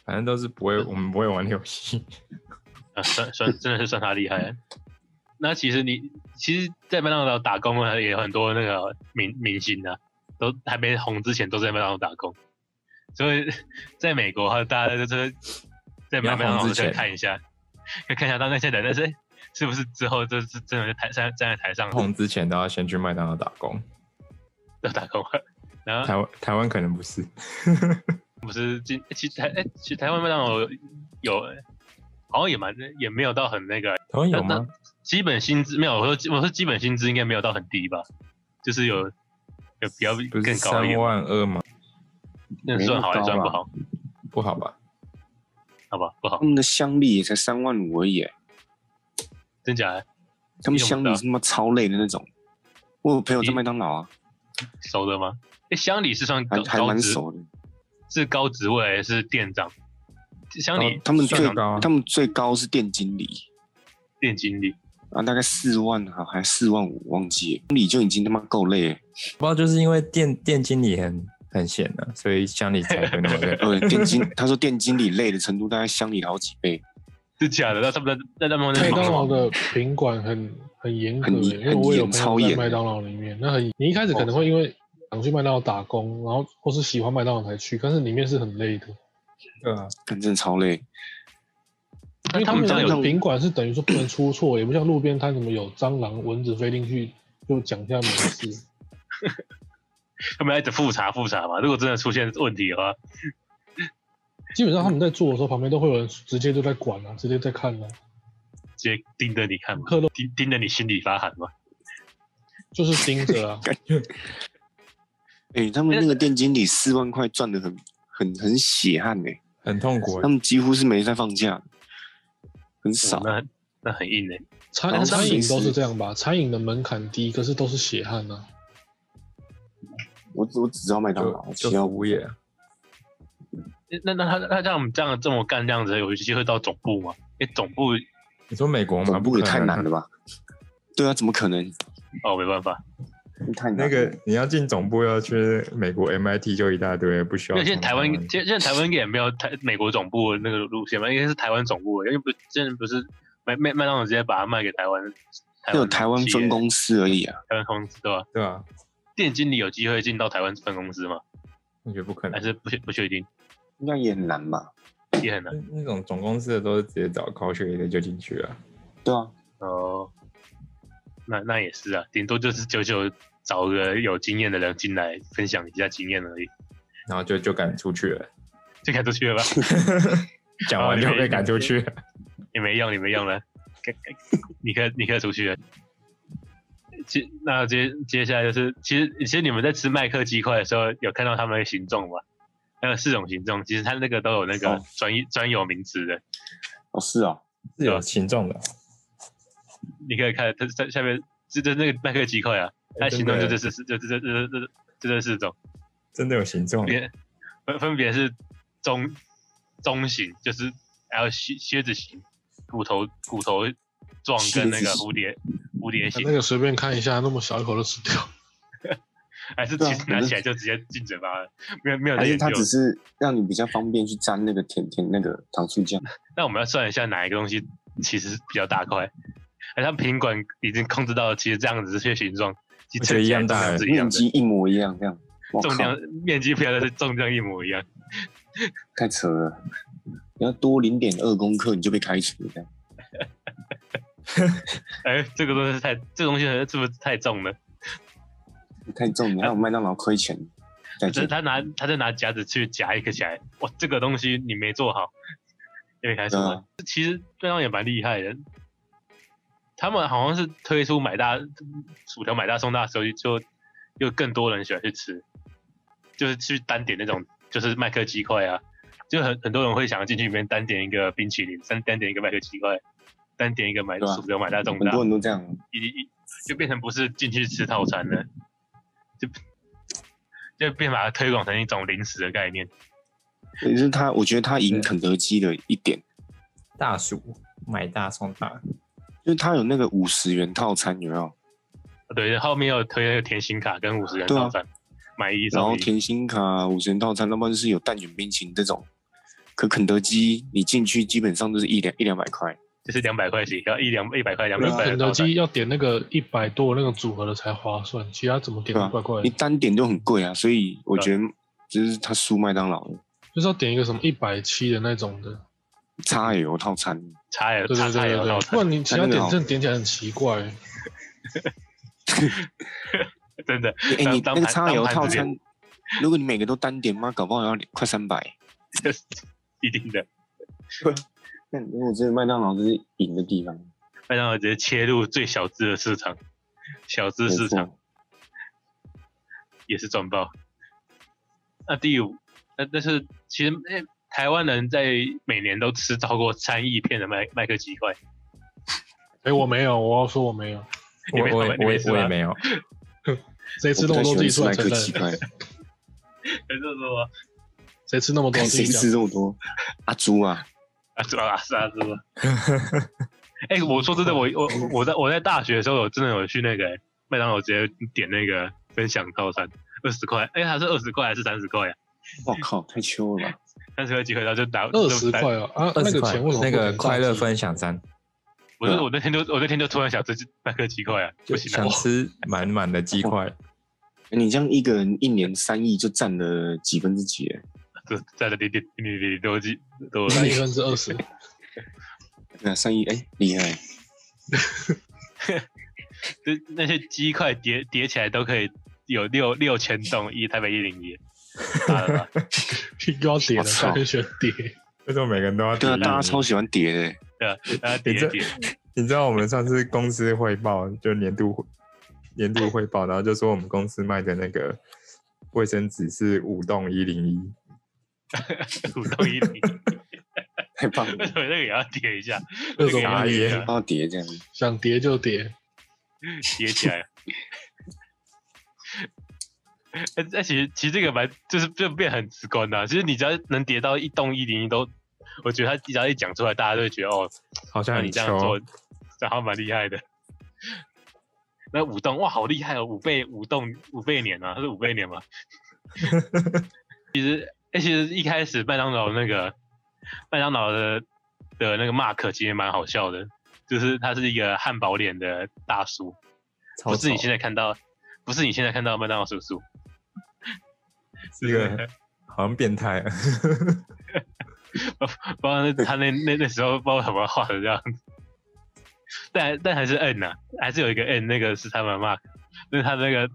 Speaker 2: 反正都是不会，我们不会玩游戏。 (laughs)
Speaker 1: 啊，算算真的是算他厉害。那其实你其实，在麦当劳打工的也有很多那个明明星啊，都还没红之前都在麦当劳打工，所以在美国哈，大家就是在买
Speaker 2: 要
Speaker 1: 麦当劳
Speaker 2: 红
Speaker 1: 的
Speaker 2: 之
Speaker 1: 时候
Speaker 2: 前
Speaker 1: 看一下，要看一下当那些人，但是是不是之后就是真的在台站站在台上
Speaker 2: 红之前都要先去麦当劳打工，
Speaker 1: 要打工啊？然后
Speaker 2: 台湾台湾可能不是。
Speaker 1: 不是今其实台哎、其实台湾麦当劳有有好像也蛮也没有到很那个
Speaker 2: 台湾有
Speaker 1: 那
Speaker 2: 吗？
Speaker 1: 基本薪资没有，我说基我说基本薪资应该没有到很低吧，就是有有比较
Speaker 2: 不是
Speaker 1: 更高一
Speaker 2: 三
Speaker 1: 点，
Speaker 2: 万二吗？
Speaker 1: 那算好还算不好？
Speaker 2: 不好吧？
Speaker 1: 好吧，不好
Speaker 3: 他，们的乡里也才三万五而已，
Speaker 1: 真假的
Speaker 3: 他们乡里是他妈超累的那种。我有朋友在
Speaker 1: 咦
Speaker 3: 麦当劳啊，
Speaker 1: 熟的吗？哎，乡里是算
Speaker 3: 还
Speaker 1: 高
Speaker 3: 还
Speaker 1: 高
Speaker 3: 蛮
Speaker 1: 职
Speaker 3: 熟的。
Speaker 1: 是高职位还是店长？乡里
Speaker 3: 他们
Speaker 2: 算
Speaker 3: 最
Speaker 2: 高啊
Speaker 3: 他们最高是店经理
Speaker 1: 店经理，
Speaker 3: 啊，大概四万啊，还四万五，忘记了。经理就已经他妈够累了，。
Speaker 2: 不知道，就是因为店店经理很很闲啊，所以乡里才会那么累
Speaker 3: 呃，店经他说店经理累的程度大概乡里好几倍，
Speaker 1: 是假的？那他们在在他们在
Speaker 4: 麦
Speaker 1: 忙
Speaker 4: 当
Speaker 1: 什
Speaker 4: 劳
Speaker 1: 么？
Speaker 4: 的品管很很严格耶，欸
Speaker 3: 很严
Speaker 4: 因为我有
Speaker 3: 很严
Speaker 4: 朋
Speaker 3: 超
Speaker 4: 友
Speaker 3: 严
Speaker 4: 在
Speaker 3: 的
Speaker 4: 麦当劳里面，那很你一开始可能会因为想去麦当劳打工，然后或是喜欢麦当劳才去，但是里面是很累的，
Speaker 2: (laughs) 对啊，
Speaker 3: 干真的超累。
Speaker 1: 那
Speaker 4: 因为
Speaker 1: 他
Speaker 4: 他
Speaker 1: 们
Speaker 4: 们
Speaker 1: 这样
Speaker 4: 的
Speaker 1: 有
Speaker 4: 品管是等于说不能出错，也不像路边摊什么有蟑螂、蚊子飞进去就讲一下没事。
Speaker 1: 他们要一直复查复查嘛？如果真的出现问题的话，
Speaker 4: 基本上他们在做的时候，旁边都会有人直接就在管啊，直接在看啊，
Speaker 1: 直接盯着你看嘛，盯盯着你心里发寒嘛。
Speaker 4: 就是盯着啊。
Speaker 3: 哎、他们那个店经理四万块赚的很很很血汗呢、
Speaker 2: 很痛苦
Speaker 3: 他。们几乎是没在放假，很少
Speaker 1: 哦。那那很硬哎、欸。
Speaker 3: 然
Speaker 4: 餐
Speaker 3: 后
Speaker 4: 餐
Speaker 3: 随
Speaker 4: 饮都
Speaker 3: 时
Speaker 4: 是这样吧，餐饮的门槛低，可是都是血汗啊呐、
Speaker 3: 我我只知道麦当劳，
Speaker 2: 就
Speaker 3: 其
Speaker 2: 就
Speaker 3: 他
Speaker 2: 服务业啊，
Speaker 1: 那那他那像我们这样这么干这样子，有机会到总部吗？因为总部
Speaker 2: 你说美国吗？
Speaker 3: 总
Speaker 2: 不
Speaker 3: 部
Speaker 2: 可
Speaker 3: 也
Speaker 2: 能啊
Speaker 3: 太难了吧？对啊，怎么可能？
Speaker 1: 哦没办法，
Speaker 3: 太难了
Speaker 2: 那个你要进总部要去美国 MIT 就一大堆，不需
Speaker 1: 因
Speaker 2: 要
Speaker 3: 啊
Speaker 1: 为
Speaker 2: 从湾。
Speaker 1: 现在台湾现在现在台湾应该也没有台美国总部的那个路线嘛，应该是台湾总部的，因为不现在不是麦麦麦当劳直接把它卖给台湾，
Speaker 3: 那有台湾
Speaker 1: 企业
Speaker 3: 分，公司而已啊。
Speaker 1: 台湾公司对吧？
Speaker 2: 对啊吧？
Speaker 1: 店经理有机会进到台湾分公司吗？
Speaker 2: 我觉得不可能
Speaker 1: 还。是不确不确定，
Speaker 3: 应该也很难吧？
Speaker 1: 也很难
Speaker 2: 那那种总公司的都是直接找考学的就进去了，
Speaker 3: 对啊，
Speaker 1: 哦。那那也是啊，顶多就是九九找个有经验的人进来分享一下经验而已，
Speaker 2: 然后就就赶出去
Speaker 1: (laughs)
Speaker 2: 了，
Speaker 1: 就赶出去了吧？
Speaker 2: 讲完就
Speaker 1: 哦
Speaker 2: 被赶出去了。
Speaker 1: 你没用，你没用了，
Speaker 3: (laughs)
Speaker 1: 该该你可你可以出去了。接那接接下来就是，其实其实你们在吃麦克鸡块的时候，有看到他们的行动吗？那个四种行动，其实它那个都有那个
Speaker 3: 哦
Speaker 1: 专一专有名词的，
Speaker 3: 哦是啊，
Speaker 2: 是有行动的，
Speaker 1: 你可以看它它下面这这那个麦克鸡块啊，
Speaker 3: 哎
Speaker 1: 它的行动就这四就这这这这这这四种，
Speaker 2: 真的有行动。
Speaker 1: 别分分别是中中型，就是还有蝎蝎子型、骨头骨头状跟那
Speaker 3: 蝎
Speaker 1: 个
Speaker 3: 子型
Speaker 1: 蝴蝶蝴蝶型
Speaker 4: 啊那。个随便看一下，那么小一口就吃掉。
Speaker 1: 还是
Speaker 3: 对
Speaker 1: 其
Speaker 3: 啊
Speaker 1: 实
Speaker 3: 我
Speaker 1: 拿
Speaker 3: 就
Speaker 1: 起来就直接进嘴巴了，没有没有在
Speaker 3: 还是
Speaker 1: 研究
Speaker 3: 它。只是让你比较方便去沾那个甜甜那个糖醋酱？
Speaker 1: 那我们要算一下哪一个东西其实比较大块，好像品管已经控制到，其实这样子这些形状，其
Speaker 2: 我
Speaker 1: 实
Speaker 2: 觉得一样
Speaker 1: 称起来
Speaker 2: 大欸
Speaker 1: 重量是一样
Speaker 3: 面积
Speaker 1: 的，
Speaker 3: 一模一样这样，我
Speaker 1: 重
Speaker 3: 靠，
Speaker 1: 量面积不要是重量一模一样。
Speaker 3: 太扯了！你要多零点二公克你就被开除这样。
Speaker 1: 哎，这个东西太这东西是不是太重了？
Speaker 3: 太重，你还有麦当劳亏钱，再
Speaker 1: 哎就是
Speaker 3: 见。
Speaker 1: 他拿他在拿夹子去夹一个起来，哇，这个东西你没做好，因为开始
Speaker 3: 对
Speaker 1: 了
Speaker 3: 啊。
Speaker 1: 其实对方也蛮厉害的，他们好像是推出买大薯条买大送大的时候，就又更多人喜欢去吃，就是去单点那种就是麦克鸡块啊，就很很多人会想要进去里面单点一个冰淇淋，单单点一个麦克鸡块，单点一个买
Speaker 3: 对啊
Speaker 1: 薯条买大送
Speaker 3: 很
Speaker 1: 大，
Speaker 3: 多人都这样，
Speaker 1: 一一就变成不是进去吃套餐了，就就变把它推广成一种零食的概念。
Speaker 3: 也是他，我觉得他赢
Speaker 2: 对
Speaker 3: 肯德基的一点，
Speaker 2: 大薯买大送大，
Speaker 3: 就是他有那个五十元套餐，有没有？
Speaker 1: 对，后面又推那个甜心卡跟五十元
Speaker 3: 对啊
Speaker 1: 套餐，买一
Speaker 3: 然后
Speaker 1: 送一。
Speaker 3: 甜心卡、五十元套餐，要不然就是有蛋卷冰淇淋这种。可肯德基你进去基本上都是一两一两百块，
Speaker 1: 就是两百块起，要一两一百块、两百
Speaker 3: 对啊
Speaker 1: 块
Speaker 4: (laughs) 肯
Speaker 1: 的
Speaker 4: 德
Speaker 1: 套餐
Speaker 4: 基。要点那个一百多那个组合的才划算，其他怎么点
Speaker 3: 对
Speaker 4: 都
Speaker 3: 啊
Speaker 4: 怪怪
Speaker 3: 你
Speaker 4: 的。
Speaker 3: 单点就很贵啊，所以我觉得就是他输麦当劳了
Speaker 4: 就是要点一个什么一百七的那种的，
Speaker 3: 叉 L 套餐，
Speaker 1: (laughs) 差也
Speaker 4: 对
Speaker 1: 差
Speaker 4: 对
Speaker 1: 差
Speaker 4: 对
Speaker 1: 也
Speaker 4: 对
Speaker 1: 套
Speaker 4: 对，不
Speaker 1: 餐，
Speaker 4: 然你其他点阵点起来很奇怪。
Speaker 1: 真的。
Speaker 3: 哎、
Speaker 1: 当
Speaker 3: 你
Speaker 1: 当
Speaker 3: 那个
Speaker 1: 盘
Speaker 3: 叉
Speaker 1: 当
Speaker 3: L
Speaker 1: 盘
Speaker 3: 套
Speaker 1: 子
Speaker 3: 餐，如果你每个都单点，妈搞不好要快三百。
Speaker 1: 这是一定的。
Speaker 3: 那如果这麦当劳这是赢的地方，
Speaker 1: 麦当劳直接切入最小资的市场，小资
Speaker 3: 没
Speaker 1: 市场。
Speaker 3: 错，
Speaker 1: 也是赚爆。那第五，那但是其实、诶台湾人在每年都吃超过三亿片的麦麦克鸡块，
Speaker 4: 哎，我没有，我要说我没有，
Speaker 1: (laughs) 你
Speaker 2: 我
Speaker 1: 没
Speaker 2: 我
Speaker 1: 买
Speaker 2: 也
Speaker 1: 你
Speaker 2: 我
Speaker 1: 没
Speaker 2: 也
Speaker 1: 吃
Speaker 2: 我也
Speaker 1: 吗
Speaker 2: 没有，
Speaker 3: (laughs)
Speaker 4: 谁吃那么多自己出来承
Speaker 3: 克奇
Speaker 4: 认，
Speaker 3: 怪，
Speaker 1: 可是说
Speaker 4: 谁吃那么多
Speaker 3: 看
Speaker 4: 自己
Speaker 3: 谁 (laughs)
Speaker 4: 讲
Speaker 3: 吃。这么多？阿朱啊，
Speaker 1: 啊是吧？是啊是吧？哎、我说真的，我我我在我在大学的时候，有真的有去那个诶麦当劳直接点那个分享套餐，二十块，哎、还是二十块还是三十块啊？
Speaker 3: 我靠，太秋了吧！
Speaker 1: 三十块鸡块，然后就打
Speaker 4: 二
Speaker 1: 就
Speaker 4: 十，块
Speaker 1: 打
Speaker 4: 哦，啊，
Speaker 2: 二
Speaker 4: 那
Speaker 2: 十
Speaker 4: 个
Speaker 2: 块
Speaker 4: 钱为什么
Speaker 2: 那
Speaker 4: 不
Speaker 2: 个
Speaker 4: 点
Speaker 2: 快
Speaker 4: 炸
Speaker 2: 乐
Speaker 4: 鸡
Speaker 2: 分享餐，
Speaker 1: 我就我那天就我那天就突然想吃麦克鸡块啊，不
Speaker 2: 就
Speaker 1: 行啊
Speaker 2: 想，吃满满的鸡
Speaker 1: (laughs)
Speaker 2: 块，
Speaker 3: 哎你这样一个人一年三亿就占了几分之几了？
Speaker 1: 这在这里点点点多鸡多
Speaker 4: 三一分之
Speaker 2: (laughs)
Speaker 4: 二十，
Speaker 3: 对啊，三亿，哎，厉害！
Speaker 1: 就那些鸡块叠叠起来都可以有六六千栋一台北一零一，大了吧
Speaker 4: 又要叠
Speaker 3: 我
Speaker 4: 了，
Speaker 3: 操
Speaker 4: 大家喜欢叠。
Speaker 2: 为什么每个人都要
Speaker 3: 对啊，
Speaker 2: 点
Speaker 3: 大家超喜欢叠的欸，
Speaker 1: 对啊，然后
Speaker 2: 你
Speaker 1: 叠
Speaker 2: 这
Speaker 1: 叠，
Speaker 2: 你知道我们上次公司汇报，就年度汇年度汇报，然后就说我们公司卖的那个卫生纸是五栋一零一，
Speaker 1: 五栋一零一，
Speaker 3: (laughs) 太棒了
Speaker 1: 为，什么那个也要叠一下？那
Speaker 4: 各
Speaker 1: 个
Speaker 4: 种
Speaker 1: 也要
Speaker 2: 打
Speaker 1: 叠一
Speaker 2: 野
Speaker 1: 下
Speaker 3: 帮我叠这样，
Speaker 4: 想叠就叠，
Speaker 1: 叠起来。哎、哎，其实其实这个蛮就是就变很直观的啊、其实你只要能叠到一栋一零一都，我觉得他只要一讲出来，大家都会觉得哦，
Speaker 2: 好像
Speaker 1: 那你
Speaker 2: 很
Speaker 1: 这样做
Speaker 2: 球，
Speaker 1: 然后蛮厉害的。那五栋哇，好厉害哦！五倍五栋五倍年啊，它是五倍年嘛。其实，哎、其实一开始麦当劳那个麦当劳的的那个 Mark 其实蛮好笑的，就是他是一个汉堡脸的大叔，
Speaker 2: 超
Speaker 1: 不是你
Speaker 2: 丑哦
Speaker 1: 现在看到，不是你现在看到的麦当劳叔叔，
Speaker 2: 是一个好像变态啊， (laughs)
Speaker 1: 不知道那他那那那时候不知道怎么画的这样子，但但还是 N 呐、还是有一个 N，那个是他们 Mark，那他那个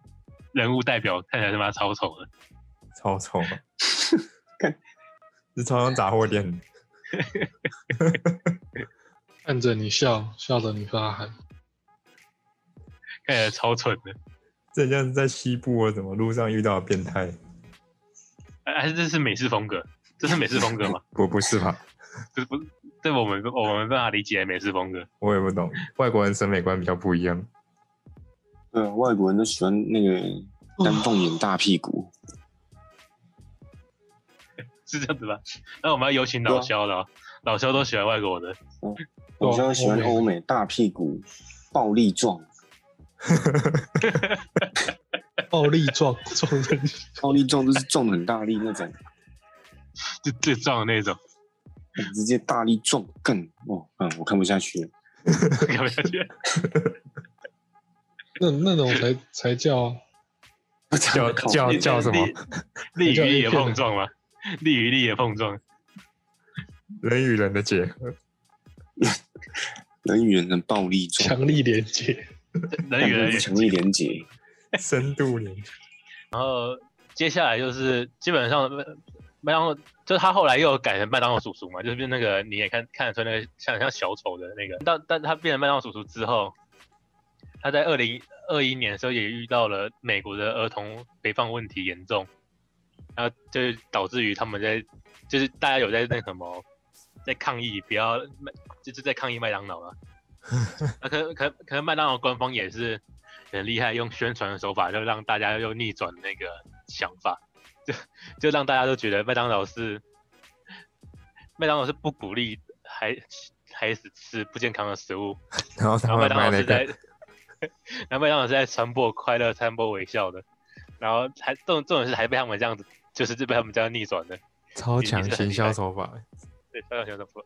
Speaker 1: 人物代表看起来他妈超丑的，
Speaker 2: 超丑
Speaker 3: (laughs)
Speaker 2: 啊，
Speaker 3: 看
Speaker 2: 是超像杂货店的，
Speaker 4: 看着你笑，笑着你发寒。
Speaker 1: 看起来超蠢的，
Speaker 2: 这像是在西部或什么路上遇到的变态，
Speaker 1: 还还是这是美式风格，这是美式风格
Speaker 2: (laughs)
Speaker 1: 吗？
Speaker 2: 不不是吧？
Speaker 1: 这不这我们我们没办法理解美式风格，
Speaker 2: 我也不懂，外国人审美观比较不一样，
Speaker 3: 对啊，外国人都喜欢那个丹凤眼大屁股，
Speaker 1: 是这样子吧？那我们要有请老肖了哦，老肖都喜欢外国的，
Speaker 4: 对啊
Speaker 3: 哦我现在喜欢
Speaker 4: 欧
Speaker 3: 欧美大屁股，暴力壮，
Speaker 4: 暴力撞撞人，
Speaker 3: 暴力壮就是撞得很大力那种，
Speaker 1: 就最壮的那
Speaker 2: (laughs)
Speaker 1: 种，
Speaker 3: 直接大力撞更哦，嗯，我看不下去了， (laughs)
Speaker 1: 有没有觉得？
Speaker 4: 那那种才才叫啊！
Speaker 3: 我操
Speaker 2: 叫
Speaker 3: 靠
Speaker 2: 叫
Speaker 3: 背
Speaker 2: 叫什么？
Speaker 1: 利与利的碰撞
Speaker 2: (laughs)
Speaker 1: 吗？利与利的碰撞，
Speaker 2: 人与人的结合，
Speaker 3: 人与人的暴力撞，
Speaker 4: 强力连接，
Speaker 1: 人与人也
Speaker 3: 强力连接，
Speaker 2: 深度连接，
Speaker 1: 然后接下来就是基本上麦麦当劳，就是他后来又改成麦当劳叔叔嘛，就是变那个你也看看得出那个像像小丑的那个，但但他变成麦当劳叔叔之后，他在二零二一年的时候也遇到了美国的儿童肥胖问题严重，然后就是导致于他们在就是大家有在那什么在抗议，不要麦就是在抗议麦当劳了。那可可可能麦当劳官方也是很厉害，用宣传的手法就让大家又逆转那个想法，就就让大家都觉得麦当劳是麦当劳是不鼓励孩孩子吃不健康的食物，
Speaker 2: 然后
Speaker 1: 然
Speaker 2: 他
Speaker 1: 后麦
Speaker 2: 们
Speaker 1: 当
Speaker 2: 买
Speaker 1: 劳
Speaker 2: 那
Speaker 1: 是在
Speaker 2: 个，
Speaker 1: 然后麦当劳是在传播快乐、传播微笑的，然后还这种这种事还被他们这样子，就是被他们这样逆转的，
Speaker 2: 超强
Speaker 1: 你是很
Speaker 2: 行
Speaker 1: 厉
Speaker 2: 销
Speaker 1: 害
Speaker 2: 手法，
Speaker 1: 对，非常非常不。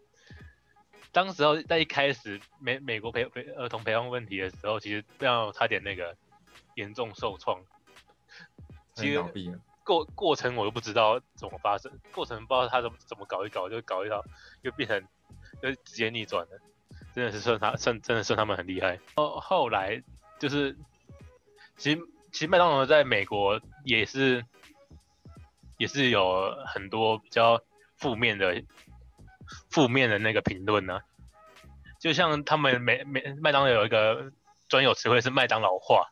Speaker 1: 当时候在一开始美美国陪陪儿童陪伴问题的时候，其实让差点那个严重受创。
Speaker 2: 差
Speaker 1: 其
Speaker 2: 点
Speaker 1: 实
Speaker 2: 倒闭了，
Speaker 1: 过过程我又不知道怎么发生，过程不知道他怎么怎么搞一搞，就搞一搞，又变成就直接逆转了，真的是算他算真的算他们很厉害。后后来就是，其实其实麦当劳在美国也是也是有很多比较负面的负面的那个评论呢，就像他们美美麦当劳有一个专有词汇是麦当劳化，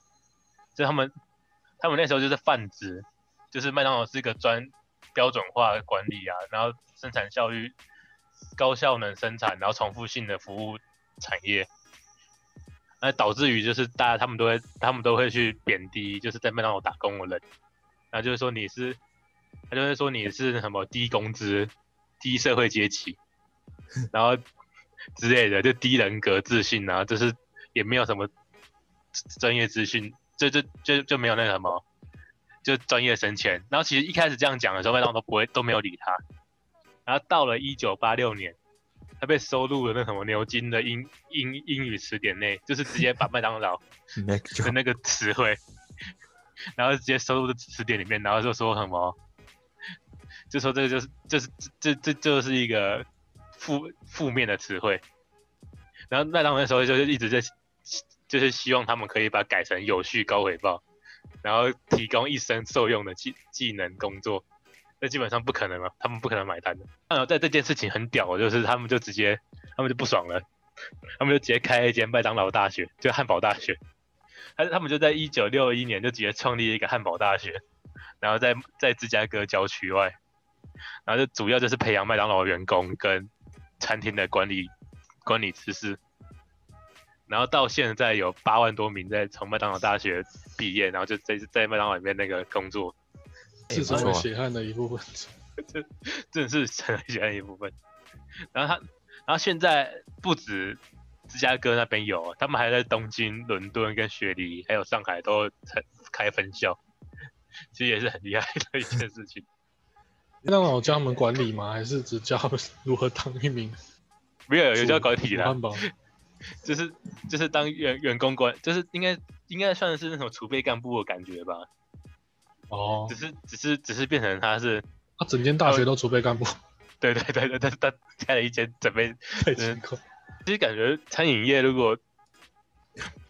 Speaker 1: 就他们他们那时候就是泛指。就是麦当劳是一个专标准化管理啊，然后生产效率高效能生产，然后重复性的服务产业，那导致于就是大家他们都会他们都会去贬低就是在麦当劳打工的人，然后就是说你是，他就会说你是什么低工资、低社会阶级，然后之类的，就低人格自信啊，就是也没有什么专业资讯，就就就就没有那个什么。就专业生前。然后其实一开始这样讲的时候，麦当劳都不会都没有理他。然后到了一九八六年，他被收入了那什么牛津的英英英语词典内，就是直接把麦当劳
Speaker 2: Mac 就
Speaker 1: 的那个词汇， (laughs) 然后直接收入词典里面，然后就说什么，就说这个就是就是这这这就是一个负负面的词汇。然后麦当劳那时候就是一直在就是希望他们可以把它改成有序高回报，然后提供一生受用的技技能工作。那基本上不可能嘛，他们不可能买单的。然后在这件事情很屌的，就是他们就直接，他们就不爽了，他们就直接开了一间麦当劳大学，就汉堡大学。他他们就在一九六一年就直接创立了一个汉堡大学，然后在在芝加哥郊区外，然后就主要就是培养麦当劳的员工跟餐厅的管理管理知识。然后到现在有八万多名在从麦当劳大学毕业，然后就在在麦当劳里面那个工作，
Speaker 4: 是成
Speaker 2: 不
Speaker 4: 为
Speaker 2: 错
Speaker 4: 血汗的一部分。
Speaker 1: 真的是成为喜欢一部分。然后他，然后现在不止芝加哥那边有，他们还在东京、伦敦、跟雪梨，还有上海都成开分校，其实也是很厉害的一件事情。
Speaker 4: 那我教他们管理吗？还是只教他们 (laughs) 如何当一名
Speaker 1: 没有有叫搞体
Speaker 4: 煮
Speaker 1: 啦
Speaker 4: 汉，堡？
Speaker 1: 就是就是当员员工管，就是应该应该算是那种储备干部的感觉吧，
Speaker 4: 哦
Speaker 1: (laughs) 只，是只是只是变成他是。
Speaker 4: 他整间大学都储备干部，
Speaker 1: 对对对对，他他开了一间准备
Speaker 4: 太奇怪。
Speaker 1: 其实感觉餐饮业如果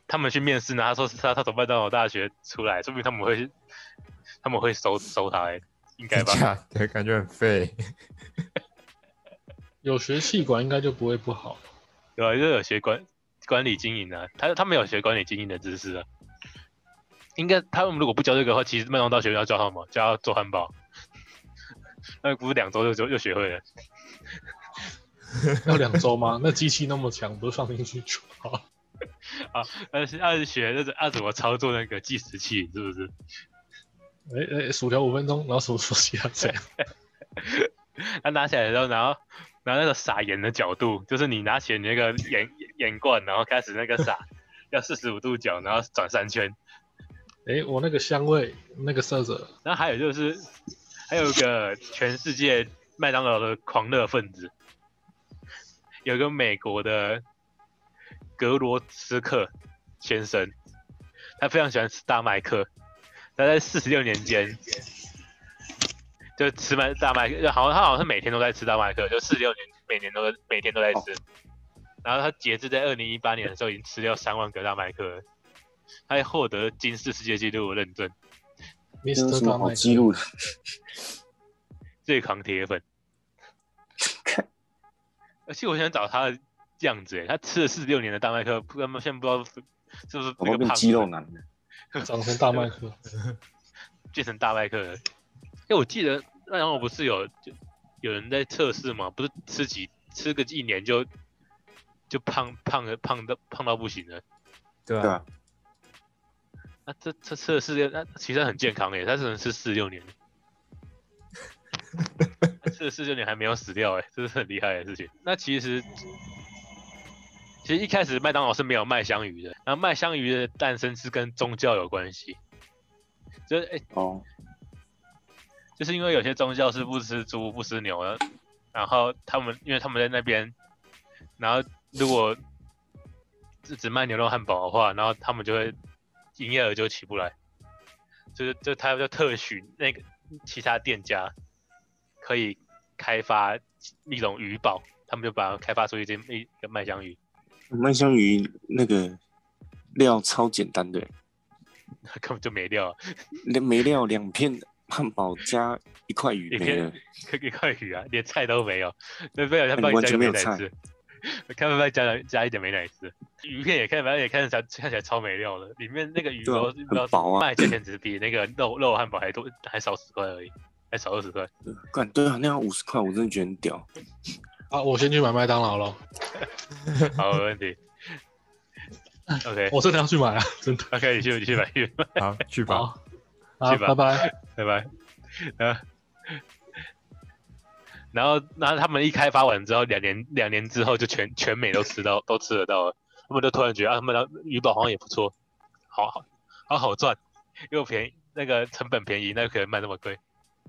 Speaker 1: 他们去面试呢，他说是他他从麦当劳大学出来，说不定他们会他们会收收他、欸，应该吧？
Speaker 2: 假 (laughs) 的感觉很废。
Speaker 4: 有学气管应该就不会不好。
Speaker 1: 对吧、因为有学管管理经营啊，他他们有学管理经营的知识啊。应该他们如果不教这个的话，其实麦当劳大学要教他们教他做汉堡，那不是两周就就就学会了。
Speaker 4: 要两周吗？ (laughs) 那机器那么强，不是放进去就好？
Speaker 1: 但是要学那是要怎么操作那个计时器，是不是？
Speaker 4: 哎哎，薯条五分钟，然后什么时候其他这样？
Speaker 1: 他拿起来的时候，然后然后那个撒盐的角度，就是你拿起你那个盐盐罐，然后开始那个撒，要四十五度角，然后转三圈。
Speaker 4: 哎，我那个香味，那个色泽，
Speaker 1: 然后还有就是，还有一个全世界麦当劳的狂热分子，有一个美国的格罗斯克先生，他非常喜欢吃大麦克，他在四十六年间就吃麦大麦克，好像他好像是每天都在吃大麦克，就四十六年每年都每天都在吃。然后他截至在二零一八年的时候，已经吃掉三万个大麦克了，他还获得金氏世界纪录的认证。
Speaker 3: 这有
Speaker 4: Mr.
Speaker 3: 什
Speaker 4: 大
Speaker 3: 么好
Speaker 4: 麦
Speaker 3: 记录的？
Speaker 1: 最狂铁
Speaker 3: (laughs)
Speaker 1: 粉。而且我想找他的样子，哎，他吃了四十六年的大麦克，不他妈现在不知道是是不是那
Speaker 3: 我会
Speaker 1: 个
Speaker 3: 变
Speaker 1: 胖
Speaker 3: 肌
Speaker 1: 子
Speaker 3: 肉男了。
Speaker 4: 长成大麦克，
Speaker 1: 变成大麦克了。哎，我记得那然后不是有就有人在测试嘛，不是吃几吃个一年就就胖胖的胖到胖到不行了。
Speaker 2: 对
Speaker 3: 对啊，
Speaker 1: 那、这这吃了四六，那其实很健康耶，他只能吃四六年。他吃了四六年还没有死掉哎，这是很厉害的事情。那其实，其实一开始麦当劳是没有卖香鱼的，然后麦香鱼的诞生是跟宗教有关系，就是哎、
Speaker 3: 哦，
Speaker 1: 就是因为有些宗教是不吃猪不吃牛的，然后他们因为他们在那边，然后如果只只卖牛肉汉堡的话，然后他们就会营业额就起不来，就是就他就特许那个其他店家可以开发一种鱼堡，他们就把它开发出一间一个麦香鱼， (laughs)
Speaker 3: 麦香鱼那个料超简单的，
Speaker 1: 根本就没料啊，
Speaker 3: 那没料两片汉堡加一块鱼
Speaker 1: 一
Speaker 3: 没
Speaker 1: 片
Speaker 3: 了，
Speaker 1: 一块鱼啊，连菜都没有，那不然他
Speaker 3: 那你
Speaker 1: 帮你
Speaker 3: 完
Speaker 1: 加
Speaker 3: 全
Speaker 1: 个
Speaker 3: 没
Speaker 1: 美
Speaker 3: 有
Speaker 1: 奶
Speaker 3: 菜
Speaker 1: 汁，看不看加了加一点美奶汁，鱼片也看，反正也看起来看起来超没料的，里面那个鱼哦
Speaker 3: 对啊
Speaker 1: 肉
Speaker 3: 很薄啊
Speaker 1: 卖价钱只比那个肉肉汉堡还多，还少十块而已，还少二十块。
Speaker 3: 干对啊，那要五十块，我真的觉得很屌。
Speaker 4: 啊，我先去买麦当劳了。
Speaker 1: 好，没问题。OK
Speaker 4: 我真的要去买啊，真的。
Speaker 1: OK，你去你去买鱼，
Speaker 2: 好，去吧。
Speaker 4: 好，啊，
Speaker 1: 去吧
Speaker 4: 拜拜。
Speaker 1: 拜拜。啊然后，然后他们一开发完之后，两年两年之后就全全美都吃到都吃得到了，他们就突然觉得啊，他们的鱼堡好像也不错，好好好好赚，又便宜，那个成本便宜，那可能卖那么贵，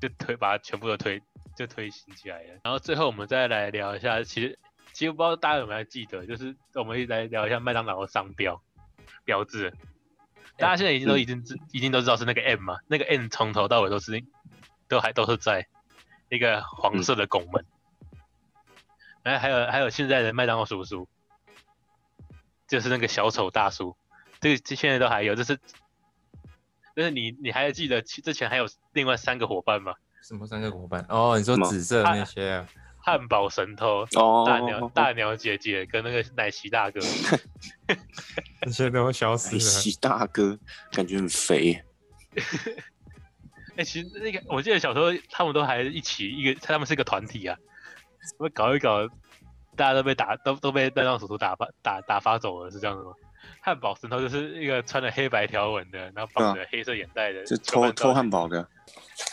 Speaker 1: 就推把它全部都推就推行起来了。然后最后我们再来聊一下，其实其实不知道大家有没有记得，就是我们一来聊一下麦当劳的商标标志，大家现在已经都已经知已经都知道是那个 M 嘛，那个 M 从头到尾都是都还都是在一个黄色的拱门。
Speaker 3: 嗯
Speaker 1: 哎，还有还有现在的麦当劳叔叔，就是那个小丑大叔，这个这现在都还有，这是，就是你你还记得其之前还有另外三个伙伴吗？
Speaker 2: 什么三个伙伴？哦，你说
Speaker 3: 什么
Speaker 2: 紫色那些啊？
Speaker 1: 汉堡神偷、
Speaker 3: 哦，
Speaker 1: 大鸟、大鸟姐姐跟那个奶昔大哥，
Speaker 2: 那些都消失
Speaker 3: 哎
Speaker 2: 了。
Speaker 3: 喜大哥感觉很肥，
Speaker 1: 哎、其实那个我记得小时候他们都还一起一个，他们是一个团体啊，我搞一搞，大家都被打都都被麦当劳手术打发打打发走了，是这样子吗？汉堡神偷就是一个穿着黑白条纹的，然后绑着黑色眼袋的，
Speaker 3: 啊就偷偷汉。堡的，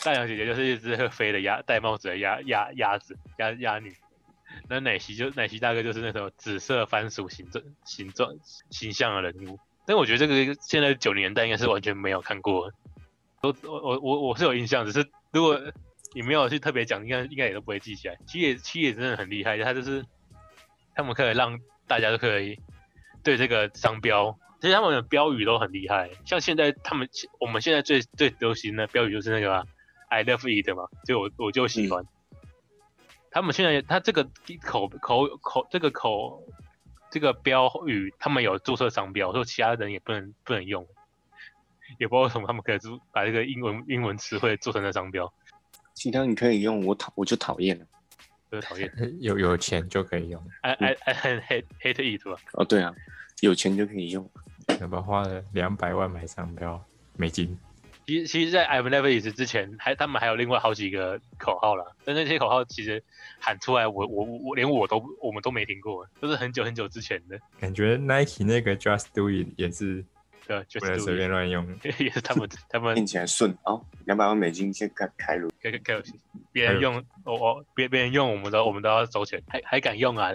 Speaker 1: 大洋姐姐就是一只会飞的鸭，戴帽子的鸭鸭鸭子鸭鸭女。那奶昔就奶昔大哥就是那种紫色番薯形状形状形象的人物，但我觉得这个现在九零年代应该是完全没有看过的，都我我我我是有印象，只是如果你没有去特别讲，应该应该也都不会记起来。七野七野真的很厉害，他就是他们可以让大家都可以对这个商标，其实他们的标语都很厉害。像现在他们我们现在最最流行的标语就是那个啊、I love it 嘛，就我我就喜欢。
Speaker 2: 嗯
Speaker 1: 他们现在他这个口口口这个口这个标语，他们有注册商标，说其他人也不能不能用，也不知道为什么他们可以注把这个英文英文词汇做成了商标，
Speaker 3: 其他你可以用，我讨我就讨厌了。
Speaker 1: 就是讨厌。
Speaker 2: 有有钱就可以用，
Speaker 1: I I I hate hate it 吧，
Speaker 3: 哦，对啊，有钱就可以用。
Speaker 1: 嗯
Speaker 2: 要不然花了两百万买商标美金，
Speaker 1: 其实，其实，在 I'm Never Is 之前，还他们还有另外好几个口号啦，但那些口号其实喊出来我，我我我连我都我们都没听过，都是很久很久之前的，
Speaker 2: 感觉 Nike 那个 Just Do It 也是
Speaker 1: 对吧
Speaker 2: 不能
Speaker 1: ？Just
Speaker 2: 随
Speaker 1: Do
Speaker 2: 便乱用，
Speaker 1: It，也是 (laughs) 他们他们
Speaker 3: 听起来顺哦，两百万美金先开开
Speaker 1: (laughs)
Speaker 3: 路，
Speaker 1: 可以可以，别人用哦哦，别别人用我们都我们都要收钱，还还敢用啊，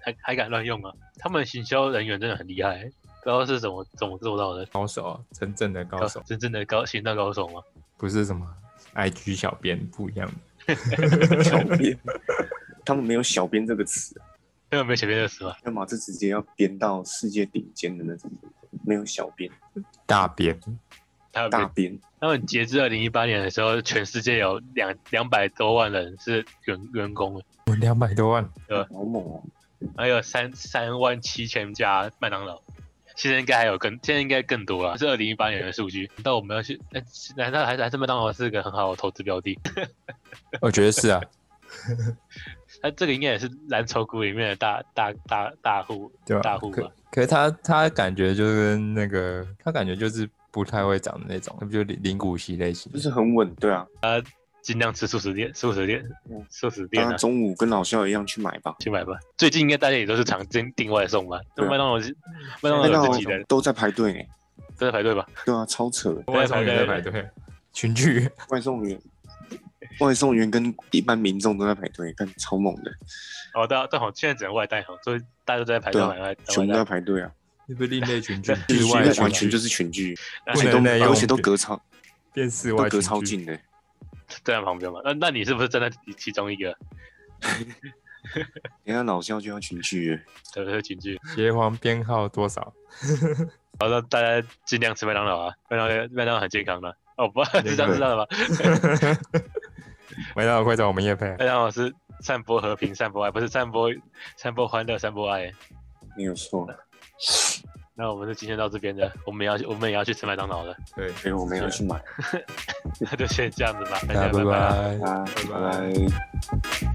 Speaker 1: 还还敢乱用啊！他们行销人员真的很厉害，不知道是怎么怎么做到的，
Speaker 2: 高手啊，真正的高手，
Speaker 1: 真正的高行销高手吗？
Speaker 2: 不是什么 IG 小编不一样的，
Speaker 3: 小编，他们没有小编这个词，
Speaker 1: 根本没有前面的事嘛，
Speaker 3: 要么就直接要编到世界顶尖的那种，没有小编，
Speaker 2: 大编
Speaker 1: 他们
Speaker 3: 大编。
Speaker 1: 他们截至二零一八年的时候，全世界有两两百多万人是员员工，
Speaker 2: 两百多万，
Speaker 1: 对
Speaker 3: 好猛哦！
Speaker 1: 还有三三万七千家麦当劳。现在应该还有更，现在应该更多了，啊这是二零一八年的数据。但我们要去，哎难道还是还是麦当劳是个很好的投资标的？
Speaker 2: 我觉得
Speaker 1: (laughs)
Speaker 2: 是啊，
Speaker 1: 那这个应该也是蓝筹股里面的大大大大户
Speaker 2: 对
Speaker 3: 啊
Speaker 2: 吧、
Speaker 1: 大户啊吧
Speaker 2: 可？可是他他感觉就是跟那个，他感觉就是不太会长的那种，那不就零零股息类型
Speaker 3: 就？是很稳，对啊。
Speaker 1: 尽量吃素食店，素食店
Speaker 3: 嗯，
Speaker 1: 素食店
Speaker 3: 大
Speaker 1: 啊
Speaker 3: 家，中午跟老校一样去买吧。
Speaker 1: 去买吧。最近应该大家也都是常订订外送吧？那
Speaker 3: 对啊
Speaker 1: 麦当劳是麦当
Speaker 2: 嗯
Speaker 1: 劳
Speaker 3: 麦当
Speaker 1: 有
Speaker 3: 劳
Speaker 1: 自己的，
Speaker 3: 都在排队呢，
Speaker 1: 都在排队吧？
Speaker 3: 对啊，超扯的。
Speaker 2: 外送员在排队，群聚， (laughs)
Speaker 3: 外送员，外送员跟一般民众都在排队，看超猛的，
Speaker 1: 哦，对啊，正好现在只能外带哈，所以大家都在排队
Speaker 3: 对啊
Speaker 1: 买外
Speaker 3: 全部
Speaker 1: 买
Speaker 3: 都在
Speaker 1: 外
Speaker 3: 排队啊，
Speaker 2: 那不是另类群聚，
Speaker 3: 必
Speaker 2: 室
Speaker 3: 须
Speaker 2: 外
Speaker 3: 的
Speaker 2: 群
Speaker 3: 完
Speaker 2: 聚
Speaker 3: 全就是群聚，而
Speaker 2: 不
Speaker 3: 且
Speaker 2: 能
Speaker 3: 都
Speaker 2: 内用
Speaker 3: 而且都隔超
Speaker 2: 变室
Speaker 3: 都
Speaker 2: 外群
Speaker 3: 隔超
Speaker 2: 聚
Speaker 3: 近的，
Speaker 1: 站在旁边嘛。那那你是不是站在其其中一个？
Speaker 3: 人家老校就要群聚了，
Speaker 1: 对不对？群聚，
Speaker 2: 邪皇编号多
Speaker 3: (laughs)
Speaker 2: 少？ (laughs)
Speaker 1: 好，那大家尽量吃麦当劳啊，麦当劳麦当劳很健康的、哦，不
Speaker 2: 对
Speaker 1: 是这样知道了吧？
Speaker 2: 麦当劳快找我们叶配
Speaker 1: 麦，当劳是散播和平、散播爱，不是散播散播欢乐、散播爱。
Speaker 3: 没有错。
Speaker 1: 那我们就今天到这边的，我们也要去我们也要去吃麦当劳了，
Speaker 2: 对，
Speaker 3: 所以哎我们要去买
Speaker 1: 那就先这样子吧，大
Speaker 2: 大家
Speaker 1: 家拜
Speaker 2: 拜
Speaker 1: 拜啊。
Speaker 2: 拜。
Speaker 3: 啊，
Speaker 2: 拜
Speaker 3: 拜
Speaker 2: 拜
Speaker 3: 拜。